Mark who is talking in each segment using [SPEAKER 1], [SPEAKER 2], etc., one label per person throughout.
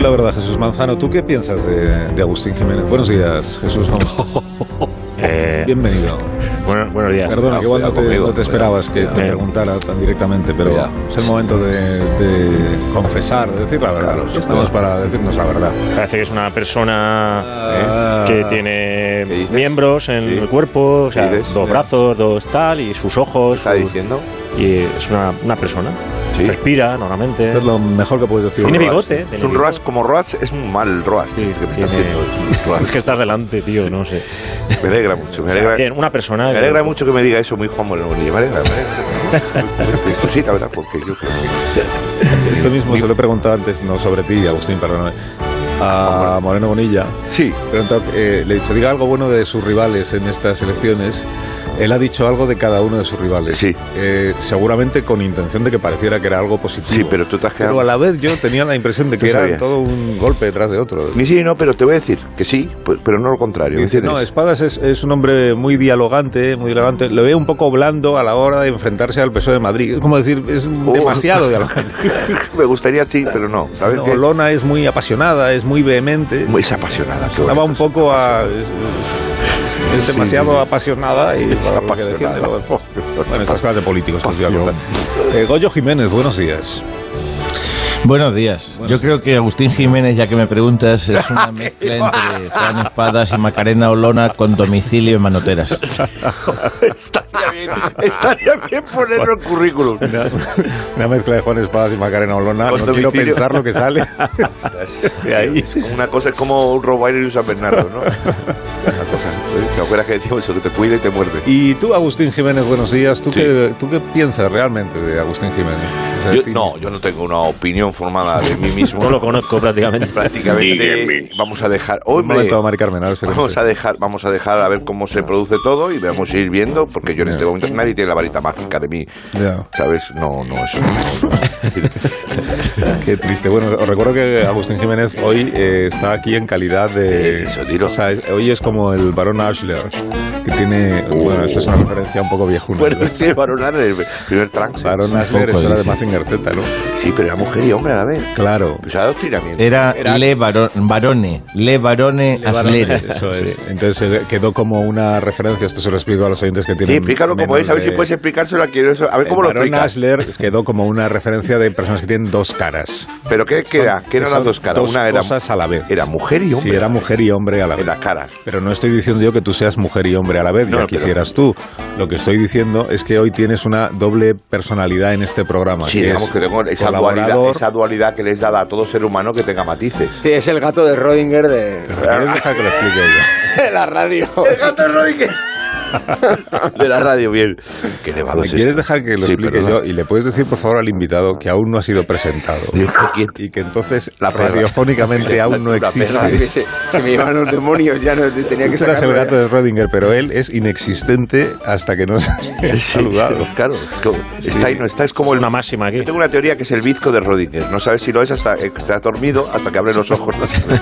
[SPEAKER 1] la verdad, Jesús Manzano, ¿tú qué piensas de, de Agustín Jiménez? Buenos días, Jesús Manzano.
[SPEAKER 2] Eh,
[SPEAKER 1] Bienvenido.
[SPEAKER 2] bueno, buenos días.
[SPEAKER 1] Perdona, que igual no te,
[SPEAKER 3] conmigo,
[SPEAKER 1] no te esperabas que
[SPEAKER 3] cuidado.
[SPEAKER 1] te
[SPEAKER 2] Eh.
[SPEAKER 1] preguntara tan directamente, pero
[SPEAKER 3] Cuidado.
[SPEAKER 1] es el momento de, de confesar, de decir la verdad.
[SPEAKER 3] Carlos,
[SPEAKER 1] Estamos
[SPEAKER 3] cuidado.
[SPEAKER 1] para decirnos la verdad.
[SPEAKER 2] Parece que es una persona
[SPEAKER 1] Ah.
[SPEAKER 2] eh, que tiene
[SPEAKER 3] ¿Qué dices?
[SPEAKER 2] miembros en
[SPEAKER 3] Sí.
[SPEAKER 2] el cuerpo, o sea,
[SPEAKER 3] ¿Qué dices?
[SPEAKER 2] dos brazos, dos tal, y sus ojos.
[SPEAKER 3] está
[SPEAKER 2] su-
[SPEAKER 3] diciendo?
[SPEAKER 2] y es una, una persona.
[SPEAKER 3] Sí.
[SPEAKER 2] Respira normalmente.
[SPEAKER 1] Esto es lo mejor que puedes decir.
[SPEAKER 2] Tiene
[SPEAKER 1] Roas.
[SPEAKER 2] bigote. tiene
[SPEAKER 3] Es un
[SPEAKER 2] bigote.
[SPEAKER 3] Roas, como Roas, es un mal Roas.
[SPEAKER 2] Sí,
[SPEAKER 3] este que me está
[SPEAKER 2] tiene-
[SPEAKER 3] haciendo. Es un Roas.
[SPEAKER 2] Es que estás delante, tío, no sé.
[SPEAKER 3] Me alegra mucho, me
[SPEAKER 2] O sea,
[SPEAKER 3] alegra,
[SPEAKER 2] bien, una persona.
[SPEAKER 3] me alegra mucho que me diga eso muy Juan Moreno Bonilla, Me alegra, me alegra. Muy fuerte. Esto sí, la verdad, porque yo creo que.
[SPEAKER 1] Esto mismo se lo he preguntado antes, no sobre ti, Agustín, perdóname, a Moreno Bonilla.
[SPEAKER 3] Sí,
[SPEAKER 1] He preguntado, eh, le he dicho, diga algo bueno de sus rivales en estas elecciones. Él ha dicho algo de cada uno de sus rivales.
[SPEAKER 3] Sí.
[SPEAKER 1] Eh, seguramente con intención de que pareciera que era algo positivo.
[SPEAKER 3] Sí, pero tú te has quedado-
[SPEAKER 1] Pero a la vez yo tenía la impresión de
[SPEAKER 3] Tú
[SPEAKER 1] que era
[SPEAKER 3] sabías.
[SPEAKER 1] todo un golpe detrás de otro.
[SPEAKER 3] ni sí ni no, pero te voy a decir que sí, pues, pero no lo contrario.
[SPEAKER 1] Dice,
[SPEAKER 3] ¿entiendes?
[SPEAKER 1] no, Espadas es, es un hombre muy dialogante, muy dialogante. Lo veo un poco blando a la hora de enfrentarse al PSOE E de Madrid. Es como decir, es
[SPEAKER 3] Oh.
[SPEAKER 1] demasiado dialogante.
[SPEAKER 3] me gustaría sí, pero no. ¿Sabes
[SPEAKER 1] No,
[SPEAKER 3] qué?
[SPEAKER 1] Olona es muy apasionada, es muy vehemente.
[SPEAKER 3] Es apasionada. qué
[SPEAKER 1] Estaba
[SPEAKER 3] bonito,
[SPEAKER 1] un
[SPEAKER 3] es
[SPEAKER 1] poco a...
[SPEAKER 3] apasionada.
[SPEAKER 1] es- Es
[SPEAKER 3] Sí,
[SPEAKER 1] demasiado
[SPEAKER 3] sí, sí.
[SPEAKER 1] apasionada y
[SPEAKER 3] Es
[SPEAKER 1] para lo que
[SPEAKER 3] apasionada.
[SPEAKER 1] defiende lo de- Bueno, estas cosas de políticos. que os voy a
[SPEAKER 3] Pasión.
[SPEAKER 1] contar. Eh, Goyo Jiménez, buenos días.
[SPEAKER 4] Buenos días. Yo creo que Agustín Jiménez, ya que me preguntas, es una mezcla entre Juan Espadas y Macarena Olona con domicilio en Manoteras.
[SPEAKER 3] Estaría bien, estaría bien ponerlo en currículum.
[SPEAKER 1] Una mezcla de Juan Espadas y Macarena Olona.
[SPEAKER 3] Con
[SPEAKER 1] No quiero
[SPEAKER 3] domicilio.
[SPEAKER 1] pensar Pues lo que sale.
[SPEAKER 3] De ahí. Es como una cosa, es como un Robairo y un San Bernardo, ¿no? Una cosa. ¿eh? ¿Te acuerdas que decíamos eso? Que te cuida y te muerde.
[SPEAKER 1] Y tú, Agustín Jiménez, buenos días. ¿Tú,
[SPEAKER 3] Sí.
[SPEAKER 1] qué, ¿tú qué piensas realmente de Agustín Jiménez? O sea,
[SPEAKER 3] Yo-
[SPEAKER 1] ti-
[SPEAKER 3] no, yo no tengo una opinión formada de mí mismo.
[SPEAKER 2] No lo conozco prácticamente.
[SPEAKER 3] Prácticamente vamos a dejar.
[SPEAKER 1] Un
[SPEAKER 3] Hombre,
[SPEAKER 1] momento, Mari Carmen, a ver si lo
[SPEAKER 3] vamos
[SPEAKER 1] sé.
[SPEAKER 3] a dejar, vamos a dejar a ver cómo se produce todo y vamos a ir viendo, porque yo en este momento nadie tiene la varita mágica de mí.
[SPEAKER 1] Ya.
[SPEAKER 3] ¿Sabes? No, no, eso. no, no.
[SPEAKER 1] Qué triste. Bueno, os recuerdo que Agustín Jiménez hoy eh, está aquí en calidad de...
[SPEAKER 3] Eh, Eso, dilo.
[SPEAKER 1] O sea, es- hoy es como el varón Ashler, que tiene... Bueno, esto es una referencia un poco viejuna.
[SPEAKER 3] Uh. Bueno, sí, el varón Adler, el primer trance.
[SPEAKER 1] Varón Ashler
[SPEAKER 4] poco,
[SPEAKER 1] es la de
[SPEAKER 4] dice.
[SPEAKER 1] Mazinger Z, ¿no?
[SPEAKER 3] Sí, pero era mujer y hombre a la vez.
[SPEAKER 1] Claro.
[SPEAKER 3] Pues adoctrinamiento.
[SPEAKER 4] Era,
[SPEAKER 1] Era-
[SPEAKER 4] Le Barone, Barone, Le Barone Aslere.
[SPEAKER 1] Eso es. Entonces eh, quedó como una referencia, esto se lo explico a los oyentes que tienen...
[SPEAKER 3] Sí, explícalo como
[SPEAKER 1] menos
[SPEAKER 3] es, a ver si
[SPEAKER 1] de-
[SPEAKER 3] puedes explicárselo a quien eso- A ver cómo
[SPEAKER 1] el
[SPEAKER 3] lo
[SPEAKER 1] varón
[SPEAKER 3] explicas.
[SPEAKER 1] Ashler quedó como una referencia de personas que tienen dos caras.
[SPEAKER 3] Pero ¿qué queda? ¿Qué eran
[SPEAKER 1] son
[SPEAKER 3] las dos caras?
[SPEAKER 1] dos
[SPEAKER 3] Una era,
[SPEAKER 1] cosas a la vez.
[SPEAKER 3] Era mujer y hombre.
[SPEAKER 1] Si era mujer y hombre a la
[SPEAKER 3] En
[SPEAKER 1] vez.
[SPEAKER 3] las caras.
[SPEAKER 1] Pero no estoy diciendo yo que tú seas mujer y hombre a la vez,
[SPEAKER 3] No,
[SPEAKER 1] ya
[SPEAKER 3] pero-
[SPEAKER 1] quisieras tú. Lo que estoy diciendo es que hoy tienes una doble personalidad en este programa.
[SPEAKER 3] Sí,
[SPEAKER 1] que
[SPEAKER 3] digamos
[SPEAKER 1] es
[SPEAKER 3] que tengo esa dualidad,
[SPEAKER 1] colaborador.
[SPEAKER 3] esa dualidad que les da a todo ser humano que tenga matices.
[SPEAKER 5] Sí, es el gato de Rodinger de,
[SPEAKER 1] Pero ¿quieres dejar que lo explique yo?
[SPEAKER 5] de la radio.
[SPEAKER 3] ¡El gato Rodríguez! De la radio, bien. Qué elevado
[SPEAKER 1] ¿Me
[SPEAKER 3] es
[SPEAKER 1] quieres
[SPEAKER 3] esto.
[SPEAKER 1] dejar que lo
[SPEAKER 3] Ah, pues Sí,
[SPEAKER 1] explique
[SPEAKER 3] perdona.
[SPEAKER 1] yo? Y le puedes decir, por favor, al invitado que aún no ha sido presentado.
[SPEAKER 3] Digo, ¿quién?
[SPEAKER 1] Y que entonces
[SPEAKER 3] La perra.
[SPEAKER 1] radiofónicamente aún no
[SPEAKER 3] La perra.
[SPEAKER 1] existe.
[SPEAKER 5] Si si me llevan los demonios, ya no tenía que
[SPEAKER 1] Tú eras
[SPEAKER 5] sacar.
[SPEAKER 1] el gato de Rodinger, pero él es inexistente hasta que nos ha
[SPEAKER 3] Sí,
[SPEAKER 1] saludado.
[SPEAKER 3] sí, Claro, es como- está y no está, es como
[SPEAKER 2] Como
[SPEAKER 3] el...
[SPEAKER 2] una máxima aquí.
[SPEAKER 3] Yo tengo una teoría que es el bizco de Rodinger. No sabes si lo es hasta eh, que está dormido, hasta que abre los ojos. No sabes.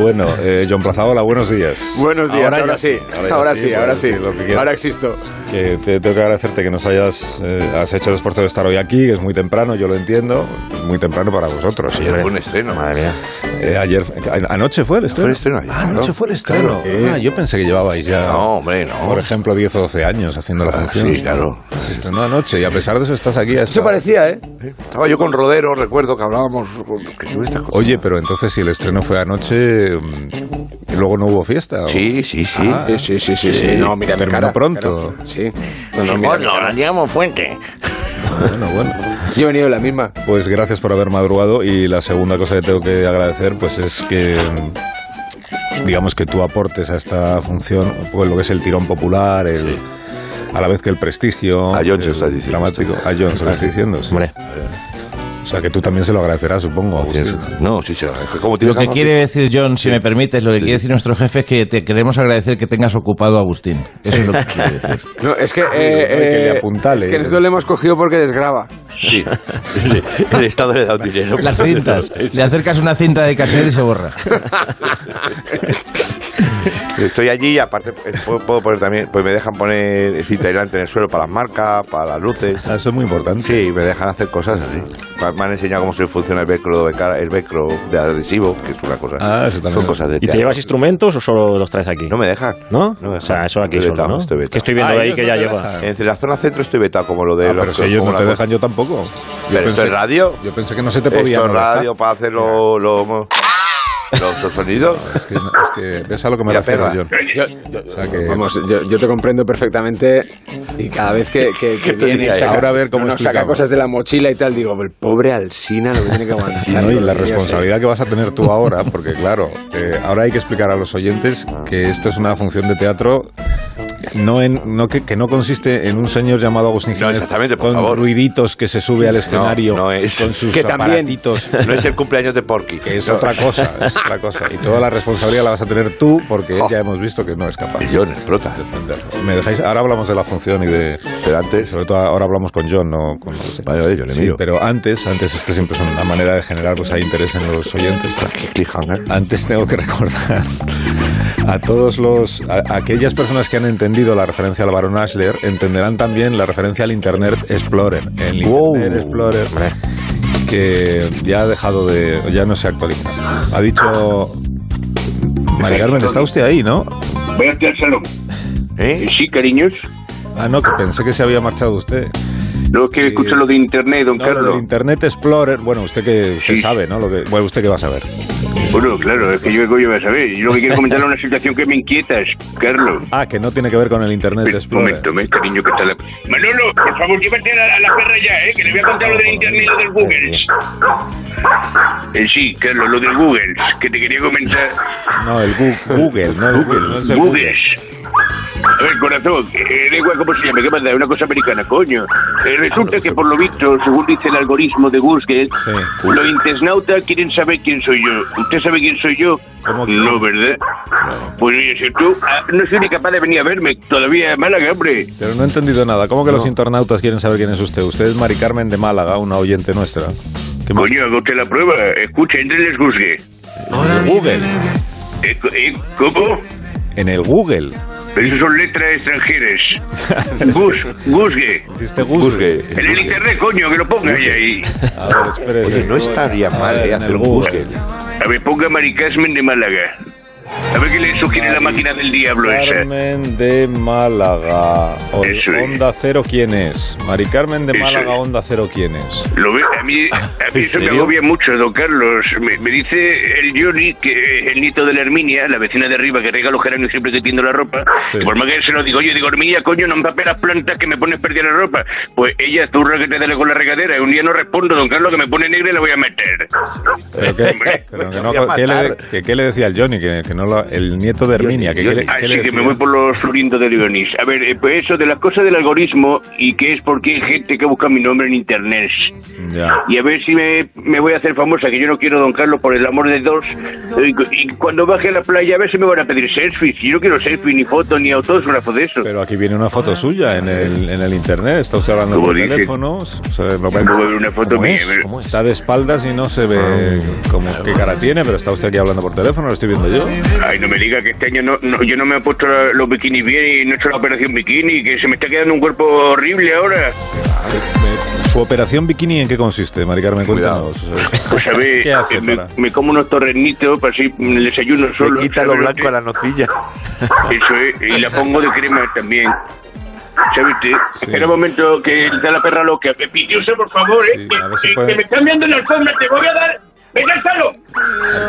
[SPEAKER 1] Bueno, eh, John Plazaola, buenos días.
[SPEAKER 5] Buenos días, ahora,
[SPEAKER 1] ya
[SPEAKER 5] sí, ahora sí, ahora
[SPEAKER 1] puedes
[SPEAKER 5] sí.
[SPEAKER 1] decir lo que quieras.
[SPEAKER 5] Ahora existo.
[SPEAKER 1] Que te tengo que agradecerte que nos hayas eh, has hecho el esfuerzo de estar hoy aquí, que es muy temprano, yo lo entiendo, muy temprano para vosotros.
[SPEAKER 3] Ayer fue un estreno, madre mía.
[SPEAKER 1] Eh, ayer- an- anoche fue el estreno.
[SPEAKER 3] el estreno ayer,
[SPEAKER 1] ah, anoche
[SPEAKER 3] claro.
[SPEAKER 1] fue el estreno. Ah, yo pensé que llevabais ya.
[SPEAKER 3] No, hombre, no.
[SPEAKER 1] Por ejemplo, 10 o 12 años haciendo la
[SPEAKER 3] Ah,
[SPEAKER 1] función.
[SPEAKER 3] sí, claro.
[SPEAKER 1] Se estrenó anoche y a pesar de eso estás aquí. hasta-
[SPEAKER 5] Eso parecía, ¿eh?
[SPEAKER 3] Estaba yo con Rodero, recuerdo que hablábamos con- que sobre estas cosas.
[SPEAKER 1] Oye, pero entonces si el estreno fue anoche, mm, y luego no hubo fiesta. ¿o?
[SPEAKER 3] Sí, sí, sí.
[SPEAKER 1] Ah,
[SPEAKER 5] Sí, sí, sí,
[SPEAKER 1] sí.
[SPEAKER 5] sí. sí. No, mira mi
[SPEAKER 1] Terminó
[SPEAKER 5] cara.
[SPEAKER 1] pronto.
[SPEAKER 5] claro. pues Sí. No, no, mira mi cara.
[SPEAKER 3] Fuente.
[SPEAKER 1] Bueno, bueno.
[SPEAKER 5] Yo he venido de la misma.
[SPEAKER 1] Pues gracias por haber madrugado y la segunda cosa que tengo que agradecer pues es que digamos que tú aportes a esta función pues lo que es el tirón popular, el a la vez que el prestigio
[SPEAKER 3] A John
[SPEAKER 1] el
[SPEAKER 3] se lo estás diciendo
[SPEAKER 1] dramático,
[SPEAKER 3] esto.
[SPEAKER 1] a John se lo estás diciendo. sí.
[SPEAKER 2] Hombre,
[SPEAKER 1] O sea, que tú también se lo agradecerás, supongo. Agustín.
[SPEAKER 3] No, sí, sí. es que Como tiene
[SPEAKER 4] Lo que
[SPEAKER 3] ganas,
[SPEAKER 4] quiere decir John, si me permites, lo que quiere decir nuestro jefe es que te queremos agradecer que tengas ocupado a Agustín. Eso es lo que quiere decir.
[SPEAKER 5] No, es que, eh,
[SPEAKER 1] hay que le
[SPEAKER 5] eh,
[SPEAKER 1] apuntale.
[SPEAKER 5] es que nosotros le hemos cogido porque desgraba.
[SPEAKER 3] Sí. Sí, sí. El Estado le da un dinero.
[SPEAKER 4] Las cintas. Le acercas una cinta de cassette y se borra.
[SPEAKER 3] Estoy allí y aparte eh, puedo, puedo poner también, pues me dejan poner cinta aislante en el suelo para las marcas, para las luces.
[SPEAKER 1] Ah, Eso es muy importante.
[SPEAKER 3] Sí, me dejan hacer cosas así. Me- Me han enseñado cómo se funciona el velcro de, cara- el velcro de adhesivo, que es una cosa.
[SPEAKER 1] Ah, eso también.
[SPEAKER 3] Son cosas de
[SPEAKER 2] ¿Y te
[SPEAKER 3] teatro.
[SPEAKER 2] llevas instrumentos o solo los traes aquí?
[SPEAKER 3] No me dejan.
[SPEAKER 2] ¿No?
[SPEAKER 3] No me
[SPEAKER 2] o sea,
[SPEAKER 3] dejan.
[SPEAKER 2] eso aquí
[SPEAKER 3] Estoy
[SPEAKER 2] solo,
[SPEAKER 3] vetado,
[SPEAKER 2] ¿no?
[SPEAKER 3] estoy vetado.
[SPEAKER 2] Que estoy viendo
[SPEAKER 1] Ah,
[SPEAKER 2] ahí
[SPEAKER 1] ellos
[SPEAKER 2] que
[SPEAKER 1] no
[SPEAKER 2] ya
[SPEAKER 1] te
[SPEAKER 2] lleva.
[SPEAKER 1] dejan.
[SPEAKER 3] Entre la zona centro estoy vetado, como lo de
[SPEAKER 1] Ah,
[SPEAKER 3] los-
[SPEAKER 1] pero si ellos no
[SPEAKER 3] como la
[SPEAKER 1] te
[SPEAKER 3] cosa.
[SPEAKER 1] dejan yo tampoco. Yo
[SPEAKER 3] Pero esto
[SPEAKER 1] pensé-
[SPEAKER 3] es radio.
[SPEAKER 1] Yo pensé que no se te podía.
[SPEAKER 3] Esto es
[SPEAKER 1] molestar.
[SPEAKER 3] radio para hacer lo- lo- los sonidos.
[SPEAKER 1] Es que, es que ves a lo que me
[SPEAKER 3] Ya
[SPEAKER 1] refiero,
[SPEAKER 3] pega.
[SPEAKER 1] John. O sea que-
[SPEAKER 5] Vamos, yo, yo te comprendo perfectamente y cada vez que, que, que
[SPEAKER 3] te
[SPEAKER 5] viene
[SPEAKER 3] diría
[SPEAKER 5] y saca,
[SPEAKER 1] yo? Ahora a ver cómo
[SPEAKER 5] no, no, saca
[SPEAKER 1] explicamos.
[SPEAKER 5] cosas de la mochila y tal, digo, el pobre Alsina lo que tiene que aguantar.
[SPEAKER 1] Y, no, y la
[SPEAKER 5] Sí,
[SPEAKER 1] responsabilidad que vas a tener tú ahora, porque claro, eh, ahora hay que explicar a los oyentes que esto es una función de teatro no en, no que, que no consiste en un señor llamado Agustín Jiménez
[SPEAKER 3] exactamente, por
[SPEAKER 1] con
[SPEAKER 3] favor.
[SPEAKER 1] ruiditos que se sube al escenario
[SPEAKER 3] no es.
[SPEAKER 1] con sus
[SPEAKER 5] Que también.
[SPEAKER 1] aparatitos,
[SPEAKER 3] No es el cumpleaños de Porky.
[SPEAKER 1] que es
[SPEAKER 3] No.
[SPEAKER 1] otra cosa, es otra cosa. Y toda la responsabilidad la vas a tener tú porque ya hemos visto que no es capaz.
[SPEAKER 3] Y John, el prota.
[SPEAKER 1] de defenderlo. ¿Me dejáis? Ahora hablamos de la función y de...
[SPEAKER 3] Pero antes.
[SPEAKER 1] Sobre todo ahora hablamos con John, no con...
[SPEAKER 3] Vale, vale, yo le
[SPEAKER 1] Sí,
[SPEAKER 3] miro.
[SPEAKER 1] pero antes, antes esto siempre es una manera de generar pues, ahí interés en los oyentes.
[SPEAKER 3] Qué cliffhanger.
[SPEAKER 1] Antes tengo que recordar a todos los a- a aquellas personas que han entendido la referencia al Barón Ashler entenderán también la referencia al Internet Explorer, el
[SPEAKER 2] Wow.
[SPEAKER 1] Internet Explorer que ya ha dejado de ya no se actualiza. Ha dicho María Carmen, está usted ahí, ¿no?
[SPEAKER 6] Voy hacia el salón.
[SPEAKER 3] ¿Eh?
[SPEAKER 6] Sí, cariños.
[SPEAKER 1] Ah, no, que pensé que se había marchado usted.
[SPEAKER 6] No es que escucho lo de internet, don
[SPEAKER 1] No, lo del
[SPEAKER 6] Carlos.
[SPEAKER 1] Internet Explorer, bueno, usted que usted
[SPEAKER 6] Sí.
[SPEAKER 1] sabe, ¿no? Lo que, bueno, usted que va a saber.
[SPEAKER 6] Bueno, claro, es que yo qué coño voy a saber. Yo lo que quiero comentar es una situación que me inquieta, Carlos.
[SPEAKER 1] Ah, que no tiene que ver con el Internet
[SPEAKER 6] Espera, Un
[SPEAKER 1] Explorer.
[SPEAKER 6] momento, ¿eh, cariño, que está la... Manolo, por favor, llévate a la, a la perra ya, ¿eh? Que le voy a contar lo del internet y lo del Google. Eh, sí, Carlos, lo del Google, que te quería comentar.
[SPEAKER 1] No, el Gu- Google, no el Google, no es Pues el
[SPEAKER 6] Google. A ver, corazón, eh, da igual cómo se llame, ¿qué pasa? Es una cosa americana, coño. Eh, resulta
[SPEAKER 1] pues
[SPEAKER 6] que por lo visto, según dice el algoritmo de Google,
[SPEAKER 1] Sí.
[SPEAKER 6] los internautas quieren saber quién soy yo. ¿Usted sabe quién soy yo?
[SPEAKER 1] ¿Cómo que
[SPEAKER 6] No, ¿verdad? Pues mira, si tú ah, no soy ni capaz de venir a verme todavía a Málaga, hombre.
[SPEAKER 1] Pero no he entendido nada. ¿Cómo que los internautas quieren saber quién es usted? Usted es Mari Carmen de Málaga, una oyente nuestra. ¿Qué más?
[SPEAKER 6] Coño, haga usted la prueba. Escucha, entre en el Google.
[SPEAKER 1] En el Google.
[SPEAKER 6] Eh, co- eh, ¿Cómo?
[SPEAKER 1] En el Google.
[SPEAKER 6] Pero eso son letras extranjeras. Gus, Gusgue.
[SPEAKER 1] Dice usted Google.
[SPEAKER 3] Busque.
[SPEAKER 6] En el internet, coño, que lo ponga ahí, ahí.
[SPEAKER 1] A ver, espere.
[SPEAKER 3] Oye, no estaría
[SPEAKER 1] A
[SPEAKER 3] mal
[SPEAKER 1] ver,
[SPEAKER 3] eh,
[SPEAKER 1] en
[SPEAKER 3] hacer
[SPEAKER 1] el
[SPEAKER 3] un
[SPEAKER 1] Google.
[SPEAKER 3] busque.
[SPEAKER 6] A ver, ponga Mari Carmen de Málaga. A ver qué le sugiere la máquina del diablo esa.
[SPEAKER 1] Carmen de Málaga. O-
[SPEAKER 6] Eso es.
[SPEAKER 1] Onda Cero, ¿quién es? Mari Carmen de
[SPEAKER 6] Eso
[SPEAKER 1] Málaga,
[SPEAKER 6] es.
[SPEAKER 1] Onda Cero, ¿quién es?
[SPEAKER 6] Lo ve, a mí, a mí
[SPEAKER 3] ¿En
[SPEAKER 6] eso me
[SPEAKER 3] serio?
[SPEAKER 6] agobia mucho, don Carlos. Me, me dice el Johnny, que es el nieto de la Herminia, la vecina de arriba que rega los geranios siempre que tiendo la ropa.
[SPEAKER 1] Sí.
[SPEAKER 6] y Por más que se lo digo, yo digo, Herminia, coño, no empapé las plantas que me pones perder la ropa. Pues ella zurra que te dale con la regadera. Un día no respondo, don Carlos, que me pone negra y la voy a meter.
[SPEAKER 1] Pero que, pero que no-
[SPEAKER 3] Voy a
[SPEAKER 1] ¿qué le,
[SPEAKER 3] matar.
[SPEAKER 1] que- ¿Qué le decía el Johnny? Que, que no lo- el nieto de Herminia. Que, ¿qué le- qué le
[SPEAKER 6] Así que
[SPEAKER 1] decía?
[SPEAKER 6] me voy por los florindos de Leonis. A ver, eh, pues eso de las cosas del algoritmo y que es porque hay gente que busca mi nombre en internet.
[SPEAKER 1] Ya.
[SPEAKER 6] Y a ver si me, me voy a hacer famosa, que yo no quiero, don Carlos, por el amor de dos. Y, cu- y cuando baje a la playa, a ver si me van a pedir selfies. Yo no quiero selfie, ni foto, ni autógrafo de eso.
[SPEAKER 1] Pero aquí viene una foto suya en el, en el internet. Está usted hablando
[SPEAKER 6] Como
[SPEAKER 1] por
[SPEAKER 6] dije.
[SPEAKER 1] teléfono. O sea, no ve-
[SPEAKER 6] Acabo de ver una foto
[SPEAKER 1] ¿Cómo
[SPEAKER 6] mía,
[SPEAKER 1] es?
[SPEAKER 6] pero-
[SPEAKER 1] ¿Cómo es? Está de espaldas y no se ve como qué cara tiene, pero está usted aquí hablando por teléfono, lo estoy viendo yo.
[SPEAKER 6] Ay, no me diga que este año no, no- yo no me he puesto la- los bikinis bien y no he hecho la operación bikini, que se me está quedando un cuerpo horrible ahora.
[SPEAKER 1] ¿Su operación bikini en qué consiste, Mari Carmen?
[SPEAKER 3] Cuidado.
[SPEAKER 1] Cuéntanos. O sea,
[SPEAKER 6] Pues a ver,
[SPEAKER 1] ¿Qué hace
[SPEAKER 6] eh, me,
[SPEAKER 1] para-
[SPEAKER 6] me como unos torrenitos para así mm, el desayuno solo.
[SPEAKER 3] Le quita lo
[SPEAKER 6] ¿sabe
[SPEAKER 3] blanco
[SPEAKER 6] usted?
[SPEAKER 3] a la nocilla.
[SPEAKER 6] Eso es, y la pongo de crema también. ¿Sabe usted? Espera un momento que está la perra loca. Que Pitiusa, por favor,
[SPEAKER 1] Sí,
[SPEAKER 6] eh,
[SPEAKER 1] a ver si
[SPEAKER 6] que, que-
[SPEAKER 1] puede.
[SPEAKER 6] que me están viendo en la alfombra, te voy a dar. ¡Venga al salón!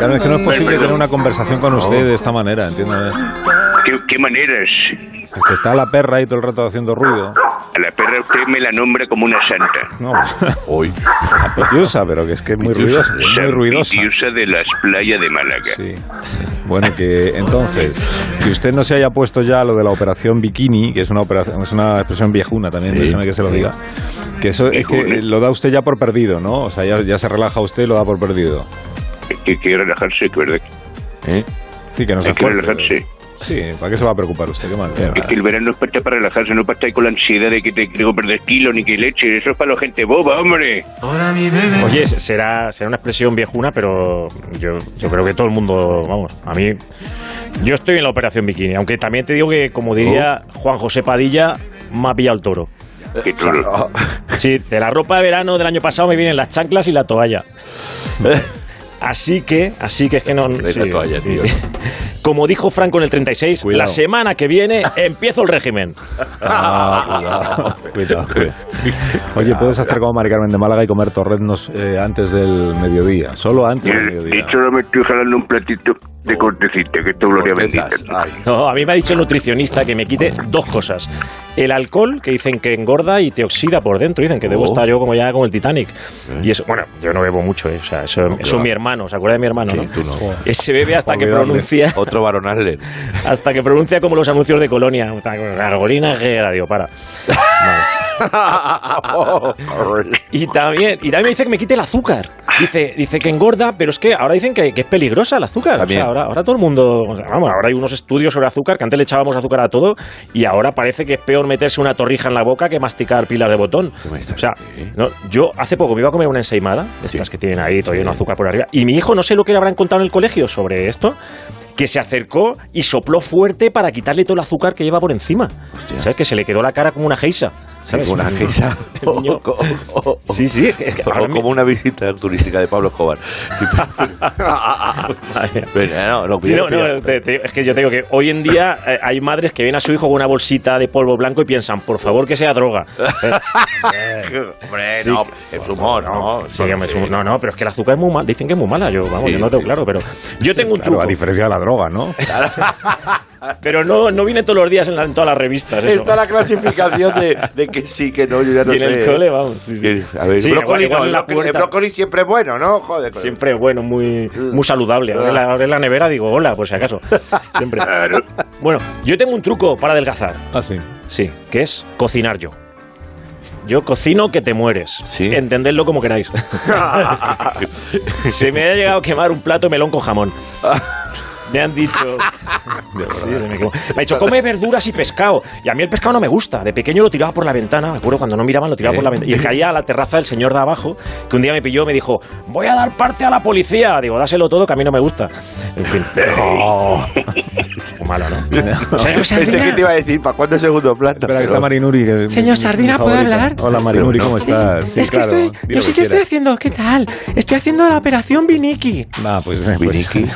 [SPEAKER 1] Mari Carmen, es que no es posible
[SPEAKER 6] Perdón.
[SPEAKER 1] tener una conversación con usted de esta manera, entiéndame.
[SPEAKER 6] ¿Qué, qué maneras?
[SPEAKER 1] Es que está la perra ahí todo el rato haciendo ruido.
[SPEAKER 6] A la perra usted me la nombra como una santa.
[SPEAKER 1] No, hoy. Apetiosa, pero que es que es muy ruidosa. es Muy
[SPEAKER 6] San
[SPEAKER 1] ruidosa.
[SPEAKER 6] Pitiusa de las playas de Málaga.
[SPEAKER 1] Sí. Bueno, que entonces, que usted no se haya puesto ya lo de la operación bikini, que es una operación, es una expresión viejuna también, déjeme que se lo diga. Que eso es
[SPEAKER 6] Hijo,
[SPEAKER 1] que
[SPEAKER 6] ¿eh?
[SPEAKER 1] lo da usted ya por perdido, ¿no? O sea, ya, ya se relaja usted y lo da por perdido.
[SPEAKER 6] que quiere relajarse, que verdad.
[SPEAKER 1] Sí, que no se
[SPEAKER 6] ¿Eh? Hay que
[SPEAKER 1] esfuerce.
[SPEAKER 6] relajarse.
[SPEAKER 1] Sí, ¿para qué se va a preocupar usted? Qué mal.
[SPEAKER 6] Es que el verano es para estar para relajarse, no para estar con la ansiedad de que te quiero perder kilos ni que leche. Eso es para la gente boba, hombre.
[SPEAKER 2] Oye, se- será, será una expresión viejuna, pero yo, yo creo que todo el mundo, vamos, a mí... Yo estoy en la operación bikini, aunque también te digo que, como diría
[SPEAKER 3] Oh.
[SPEAKER 2] Juan José Padilla, me ha pillado el toro.
[SPEAKER 6] Que tú lo-
[SPEAKER 2] Sí, de la ropa de verano del año pasado me vienen las chanclas y la toalla. Así que, así que es que no...
[SPEAKER 3] y la toalla, tío.
[SPEAKER 2] Como dijo Franco en el 36, la
[SPEAKER 1] Cuidado.
[SPEAKER 2] semana que viene empiezo el régimen.
[SPEAKER 1] Ah, cuidado, cuidado, cuidado. Oye, puedes hacer como Mari Carmen de Málaga y comer torreznos eh, antes del mediodía. Solo antes del
[SPEAKER 6] De
[SPEAKER 1] mediodía.
[SPEAKER 6] hecho, ahora me estoy jalando un platito de cortecita, que esto es gloria bendita.
[SPEAKER 3] Tetas, ay.
[SPEAKER 2] No, a mí me ha dicho el nutricionista que me quite dos cosas. El alcohol, que dicen que engorda y te oxida por dentro. Dicen que debo estar yo como ya como el Titanic. Y eso, bueno, yo no bebo mucho, ¿eh? O sea, eso, eso mi hermano, ¿se acuerda de mi hermano? no? Ese bebe hasta que
[SPEAKER 1] Olvidable.
[SPEAKER 2] pronuncia
[SPEAKER 3] Otro ¿eh? varón Arlen.
[SPEAKER 2] hasta que pronuncia como los anuncios de Colonia. Gargolina, Gera, digo, para. Ah,
[SPEAKER 3] Oh,
[SPEAKER 2] Y también, y también me dice que me quite el azúcar. Dice, dice que engorda, pero es que ahora dicen que, que es peligrosa el azúcar. O
[SPEAKER 3] También.
[SPEAKER 2] sea, ahora, ahora todo el mundo. o sea, vamos, ahora hay unos estudios sobre azúcar que antes le echábamos azúcar a todo y ahora parece que es peor meterse una torrija en la boca que masticar pilas de botón.
[SPEAKER 3] me estás
[SPEAKER 2] O sea,
[SPEAKER 3] diciendo?
[SPEAKER 2] no, yo hace poco me iba a comer una ensaimada, de estas que tienen ahí, todo lleno de azúcar por arriba, y mi hijo no sé lo que le habrán contado en el colegio sobre esto. Que se acercó y sopló fuerte para quitarle todo el azúcar que lleva por encima. ¿Sabes? Que se le quedó la cara como una geisa. ¿sabes?
[SPEAKER 3] Una geisha.
[SPEAKER 2] El niño-
[SPEAKER 3] O- o- o- o-
[SPEAKER 2] oh, Sí, sí, es que- es que
[SPEAKER 3] o
[SPEAKER 2] ahora me-
[SPEAKER 3] como una visita turística de Pablo Escobar. Sí, pero- Venga, no, no,
[SPEAKER 2] Sí, no,
[SPEAKER 3] cuidado,
[SPEAKER 2] no,
[SPEAKER 3] cuidado.
[SPEAKER 2] te- te- es que yo te digo que hoy en día eh, hay madres que ven a su hijo con una bolsita de polvo blanco y piensan, por favor que sea droga.
[SPEAKER 3] Hombre,
[SPEAKER 2] Sí.
[SPEAKER 3] no, es humor, ¿no?
[SPEAKER 2] Sí, que me
[SPEAKER 3] Sí.
[SPEAKER 2] sumo- no, no, pero es que el azúcar es muy mal. Dicen que es muy mala. Yo, vamos,
[SPEAKER 3] Sí,
[SPEAKER 2] yo no lo tengo
[SPEAKER 3] sí.
[SPEAKER 2] claro, pero yo tengo un
[SPEAKER 1] Claro, a
[SPEAKER 2] truco.
[SPEAKER 1] diferencia de la droga, ¿no?
[SPEAKER 2] Pero no, no viene todos los días en, la- en todas las revistas. eso.
[SPEAKER 3] Está la clasificación de, de que sí, que no, yo ya no
[SPEAKER 2] y en
[SPEAKER 3] sé.
[SPEAKER 2] el cole, vamos. Sí, sí.
[SPEAKER 3] Que- A ver,
[SPEAKER 2] Sí,
[SPEAKER 3] el brócoli,
[SPEAKER 2] igual- igual
[SPEAKER 3] no,
[SPEAKER 2] en
[SPEAKER 3] el,
[SPEAKER 2] la
[SPEAKER 3] brócoli- el
[SPEAKER 2] puerta.
[SPEAKER 3] brócoli siempre es bueno, ¿no? Joder. con-
[SPEAKER 2] Siempre bueno, muy, muy saludable. Ahora en la- ahora en la nevera digo, hola, por si acaso. Siempre.
[SPEAKER 6] Claro.
[SPEAKER 2] Bueno, yo tengo un truco para adelgazar.
[SPEAKER 1] Ah, sí.
[SPEAKER 2] Sí, que es cocinar yo. Yo cocino que te mueres.
[SPEAKER 3] Sí.
[SPEAKER 2] Entendedlo como queráis. se me ha llegado a quemar un plato de melón con jamón. Me han dicho. Sí, se me, quemó. Me ha dicho, come verduras y pescado. Y a mí el pescado no me gusta. De pequeño lo tiraba por la ventana. Me acuerdo cuando no miraban, lo tiraba por la ventana. Y caía a la terraza del señor de abajo, que un día me pilló y me dijo, voy a dar parte a la policía. Digo, dáselo todo, que a mí no me gusta. En fin.
[SPEAKER 1] Oh.
[SPEAKER 2] Malo, ¿no? Señor
[SPEAKER 3] Pensé que
[SPEAKER 2] Sardina,
[SPEAKER 3] te iba a decir, ¿para cuándo segundo planta?
[SPEAKER 1] Espera, que está
[SPEAKER 3] Pero-
[SPEAKER 1] Marinuri. que-
[SPEAKER 7] Señor
[SPEAKER 1] mi- mi
[SPEAKER 7] Sardina, ¿puedo
[SPEAKER 1] favorita.
[SPEAKER 7] hablar?
[SPEAKER 1] Hola, Marinuri,
[SPEAKER 3] Pero
[SPEAKER 1] ¿cómo
[SPEAKER 3] no.
[SPEAKER 1] estás?
[SPEAKER 7] es que
[SPEAKER 1] claro,
[SPEAKER 7] estoy.
[SPEAKER 1] di
[SPEAKER 7] Yo
[SPEAKER 1] lo
[SPEAKER 7] sí que estoy
[SPEAKER 1] quieras.
[SPEAKER 7] haciendo. ¿Qué tal? Estoy haciendo la operación Viniki.
[SPEAKER 1] Nah, pues, eh, pues,
[SPEAKER 3] Viniki.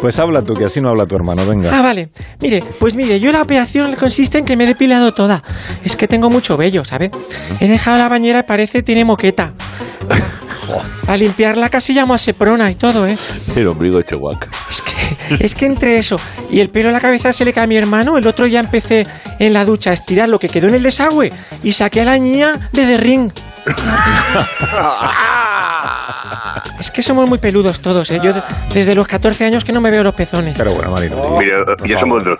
[SPEAKER 1] pues habla tú, que así no habla tu hermano, venga.
[SPEAKER 7] Ah, vale. Mire, pues mire, yo la operación consiste en que me he depilado toda. Es que tengo mucho vello, ¿sabe? He dejado la bañera y parece tiene moqueta. A limpiarla casi llamo a Seprona y todo, ¿eh?
[SPEAKER 3] El ombligo de Chihuahua.
[SPEAKER 7] Es que, es que entre eso y el pelo en la cabeza se le cae a mi hermano, el otro ya empecé en la ducha a estirar lo que quedó en el desagüe y saqué a la niña de The Ring. Es que somos muy peludos todos, ¿eh? Yo de- desde los 14 años que no me veo los pezones.
[SPEAKER 1] Pero bueno, Marinuri.
[SPEAKER 6] Mira, ya somos dos.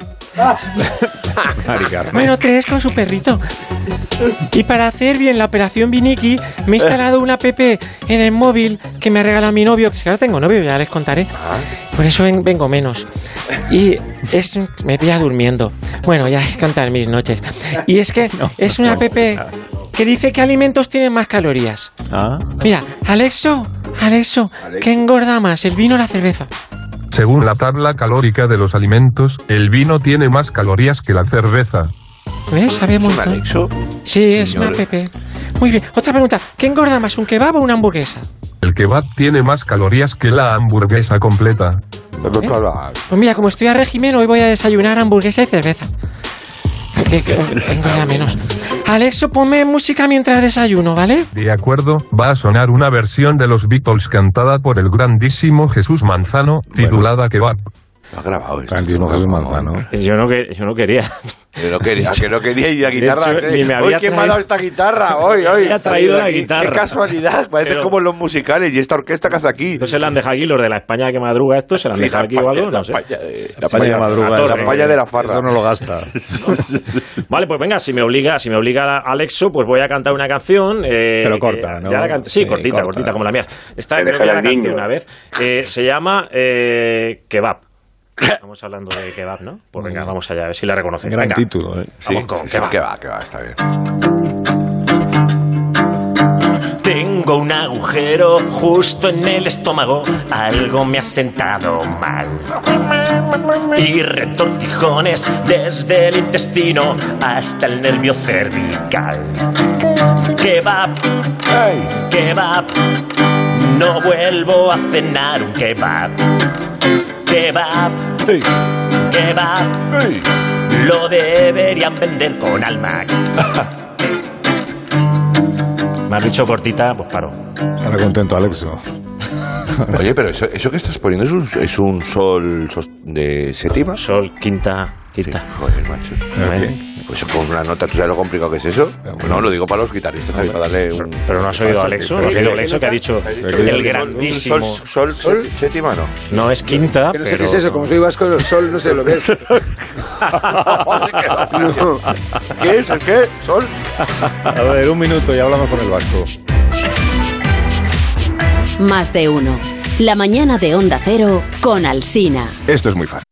[SPEAKER 1] Mari Carmen.
[SPEAKER 7] Bueno, tres con su perrito. Y para hacer bien la operación Viniki, me he instalado una app en el móvil que me ha regalado mi novio. Que ahora tengo novio, ya les contaré. Por eso ven- vengo menos. Y es, me pilla durmiendo. Bueno, ya es contar mis noches. Y es que es una app que dice que alimentos tienen más calorías.
[SPEAKER 1] Ah,
[SPEAKER 7] Mira, Alexo, Alexo, ¿qué engorda más, el vino o la cerveza?
[SPEAKER 8] Según la tabla calórica de los alimentos, el vino tiene más calorías que la cerveza.
[SPEAKER 7] ¿Ves? Sabemos.
[SPEAKER 3] ¿Un
[SPEAKER 7] ¿no?
[SPEAKER 3] Alexo?
[SPEAKER 7] Sí, es una
[SPEAKER 3] Señores.
[SPEAKER 7] app. Muy bien. Otra pregunta. ¿Qué engorda más, un kebab o una hamburguesa?
[SPEAKER 8] El kebab tiene más calorías que la hamburguesa completa.
[SPEAKER 7] Pues mira, como estoy a régimen, hoy voy a desayunar hamburguesa y cerveza. Que- que engorda menos. Alexo, ponme música mientras desayuno, ¿vale?
[SPEAKER 8] De acuerdo, va a sonar una versión de los Beatles cantada por el grandísimo Jesús Manzano, titulada Kebab.
[SPEAKER 3] Lo has grabado esto.
[SPEAKER 1] Franquismo Jesús Manzano.
[SPEAKER 2] Yo no, que- yo no quería.
[SPEAKER 3] Que no quería, que no quería y la
[SPEAKER 2] De
[SPEAKER 3] guitarra.
[SPEAKER 2] hecho,
[SPEAKER 3] ¿qué?
[SPEAKER 2] ni me
[SPEAKER 3] Oy,
[SPEAKER 2] había
[SPEAKER 3] ¿quién me ha
[SPEAKER 2] traído-
[SPEAKER 3] dado esta guitarra? Hoy, hoy.
[SPEAKER 2] había traído la guitarra.
[SPEAKER 3] Qué casualidad. Parece
[SPEAKER 2] Pero-
[SPEAKER 3] como los musicales y esta orquesta que hace aquí.
[SPEAKER 2] Entonces la han dejado aquí, los de la España que madruga, esto se la han
[SPEAKER 3] Sí,
[SPEAKER 2] dejado aquí o
[SPEAKER 3] palla-
[SPEAKER 2] algo, no
[SPEAKER 3] la
[SPEAKER 2] sé.
[SPEAKER 3] palla de-
[SPEAKER 1] La palla de madruga.
[SPEAKER 2] torre.
[SPEAKER 3] La palla de la farra.
[SPEAKER 1] Eso no lo gasta.
[SPEAKER 2] Vale, pues venga, si me obliga, si me obliga Alexo, pues voy a cantar una canción. eh,
[SPEAKER 1] Pero
[SPEAKER 2] que-
[SPEAKER 1] corta, ¿no?
[SPEAKER 2] ya la cante- sí,
[SPEAKER 1] Sí,
[SPEAKER 2] cortita,
[SPEAKER 1] corta.
[SPEAKER 2] cortita, como la mía. Esta
[SPEAKER 6] Te
[SPEAKER 2] creo
[SPEAKER 6] deja
[SPEAKER 2] que ya la
[SPEAKER 6] el
[SPEAKER 2] canté
[SPEAKER 6] niño.
[SPEAKER 2] una vez. Eh, se llama eh, Kebab. Estamos hablando de Kebab, ¿no? Pues venga, vamos allá, a ver si la reconoces.
[SPEAKER 1] Gran
[SPEAKER 2] Venga,
[SPEAKER 1] título. ¿eh?
[SPEAKER 2] Vamos con Kebab.
[SPEAKER 3] que va, que va, está bien.
[SPEAKER 2] Tengo un agujero justo en el estómago, algo me ha sentado mal. Y retortijones desde el intestino hasta el nervio cervical. Kebab, kebab, no vuelvo a cenar un kebab. Kebab, kebab, lo deberían vender con Almax. Me has dicho cortita, pues paro.
[SPEAKER 1] Estará contento, Alexo.
[SPEAKER 3] Oye, pero eso, eso que estás poniendo es un, es un sol sos- de séptima.
[SPEAKER 2] Sol, quinta,
[SPEAKER 3] Sí,
[SPEAKER 2] quinta.
[SPEAKER 3] joder, macho.
[SPEAKER 2] ¿Eh?
[SPEAKER 3] Pues eso con una nota, ¿tú sabes lo complicado que es eso? No, lo digo para los guitarristas, para darle un...
[SPEAKER 2] Pero no has oído a Alexo, no has oído a Alexo que ha dicho el
[SPEAKER 3] Sol,
[SPEAKER 2] grandísimo.
[SPEAKER 3] sol, sol, séptima, no.
[SPEAKER 2] No es quinta,
[SPEAKER 5] Que no sé
[SPEAKER 2] pero.
[SPEAKER 5] qué es eso, como soy vasco, el sol no sé lo que es. No.
[SPEAKER 3] ¿Qué es? ¿El qué? ¿Sol?
[SPEAKER 1] A ver, un minuto y hablamos con el vasco.
[SPEAKER 9] Más de uno. La mañana de Onda Cero con Alsina.
[SPEAKER 10] Esto es muy fácil.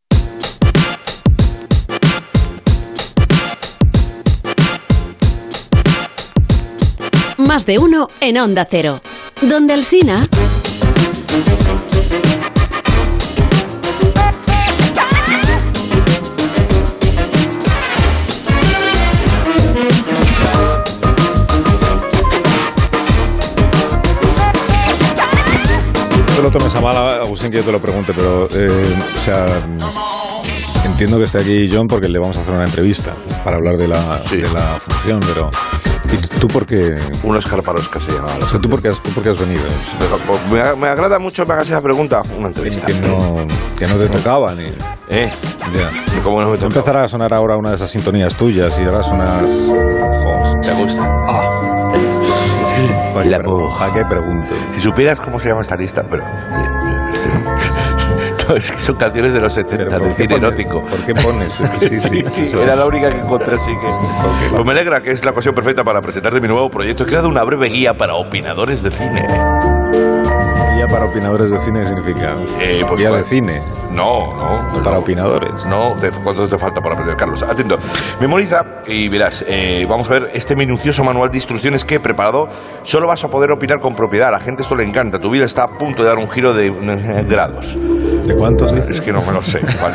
[SPEAKER 9] Más de uno en Onda Cero. Donde Alsina.
[SPEAKER 1] No te lo tomes a mal, Agustín, que yo te lo pregunte, pero, eh, o sea, mm, entiendo que esté aquí John porque le vamos a hacer una entrevista para hablar de la,
[SPEAKER 3] Sí.
[SPEAKER 1] de la función, pero... ¿Y tú, tú por qué?
[SPEAKER 3] Unos carparoscas se llamaba.
[SPEAKER 1] O sea, ¿tú por qué has, tú por qué has venido?
[SPEAKER 3] Pero, pues, me, me agrada mucho que me hagas esa pregunta. Una entrevista.
[SPEAKER 1] Que no, que no te tocaba ni...
[SPEAKER 3] ¿Eh?
[SPEAKER 1] Ya.
[SPEAKER 3] ¿Cómo no me
[SPEAKER 1] Va a
[SPEAKER 3] toca?
[SPEAKER 1] empezar a sonar ahora una de esas sintonías tuyas y harás unas...
[SPEAKER 3] ¿Te gusta?
[SPEAKER 1] Ah. ¿Para
[SPEAKER 3] La
[SPEAKER 1] qué pre-
[SPEAKER 3] puja.
[SPEAKER 1] ¿Para qué pregunto?
[SPEAKER 3] Si supieras cómo se llama esta lista, pero... No, es que son canciones de los 70,
[SPEAKER 1] ¿por
[SPEAKER 3] del
[SPEAKER 1] qué
[SPEAKER 3] cine
[SPEAKER 1] pones-
[SPEAKER 3] erótico.
[SPEAKER 1] ¿Por qué pones? Es que sí, sí, eso
[SPEAKER 3] era
[SPEAKER 1] es.
[SPEAKER 3] la única que encontré, así que... Pues me alegra que es la ocasión perfecta para presentarte mi nuevo proyecto. He creado una breve guía para opinadores de cine.
[SPEAKER 1] Guía para opinadores de cine significa...
[SPEAKER 3] Eh, pues,
[SPEAKER 1] guía
[SPEAKER 3] bueno.
[SPEAKER 1] de cine,
[SPEAKER 3] No, no.
[SPEAKER 1] para
[SPEAKER 3] no.
[SPEAKER 1] opinadores.
[SPEAKER 3] No, te- ¿cuánto te falta para aprender, Carlos? Atento. Memoriza y verás, eh, vamos a ver este minucioso manual de instrucciones que he preparado. Solo vas a poder opinar con propiedad. A la gente esto le encanta. Tu vida está a punto de dar un giro de eh, grados.
[SPEAKER 1] ¿De cuántos dices?
[SPEAKER 3] Es que no me lo sé. ¿vale?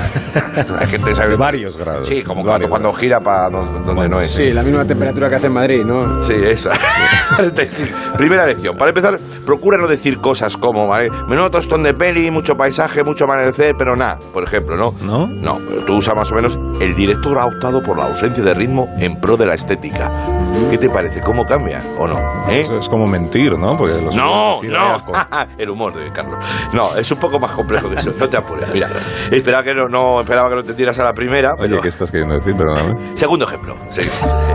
[SPEAKER 3] La gente sabe...
[SPEAKER 1] De varios grados.
[SPEAKER 3] Sí, como cuando,
[SPEAKER 1] Varios
[SPEAKER 3] cuando gira para donde no es.
[SPEAKER 5] Sí, la misma temperatura que hace en Madrid, ¿no?
[SPEAKER 3] Sí, esa. Es decir, Primera lección. Para empezar, procura no decir cosas como, ¿vale? Menudo tostón de peli, mucho paisaje, mucho amanecer, pero nada, por ejemplo, ¿no?
[SPEAKER 1] ¿No?
[SPEAKER 3] No, pero tú usas más o menos. El director ha optado por la ausencia de ritmo en pro de la estética. ¿Qué te parece? ¿Cómo cambia o no? ¿Eh?
[SPEAKER 1] Eso es como mentir, ¿no? Porque los
[SPEAKER 3] No,
[SPEAKER 1] sí,
[SPEAKER 3] no.
[SPEAKER 1] alcohol.
[SPEAKER 3] El humor de Carlos. No, es un poco más complejo que eso. No te apures. Mira, esperaba que no, no esperaba que no te tiras a la primera.
[SPEAKER 1] Oye,
[SPEAKER 3] pero-
[SPEAKER 1] ¿qué estás queriendo decir? Perdóname.
[SPEAKER 3] Segundo ejemplo. Sí.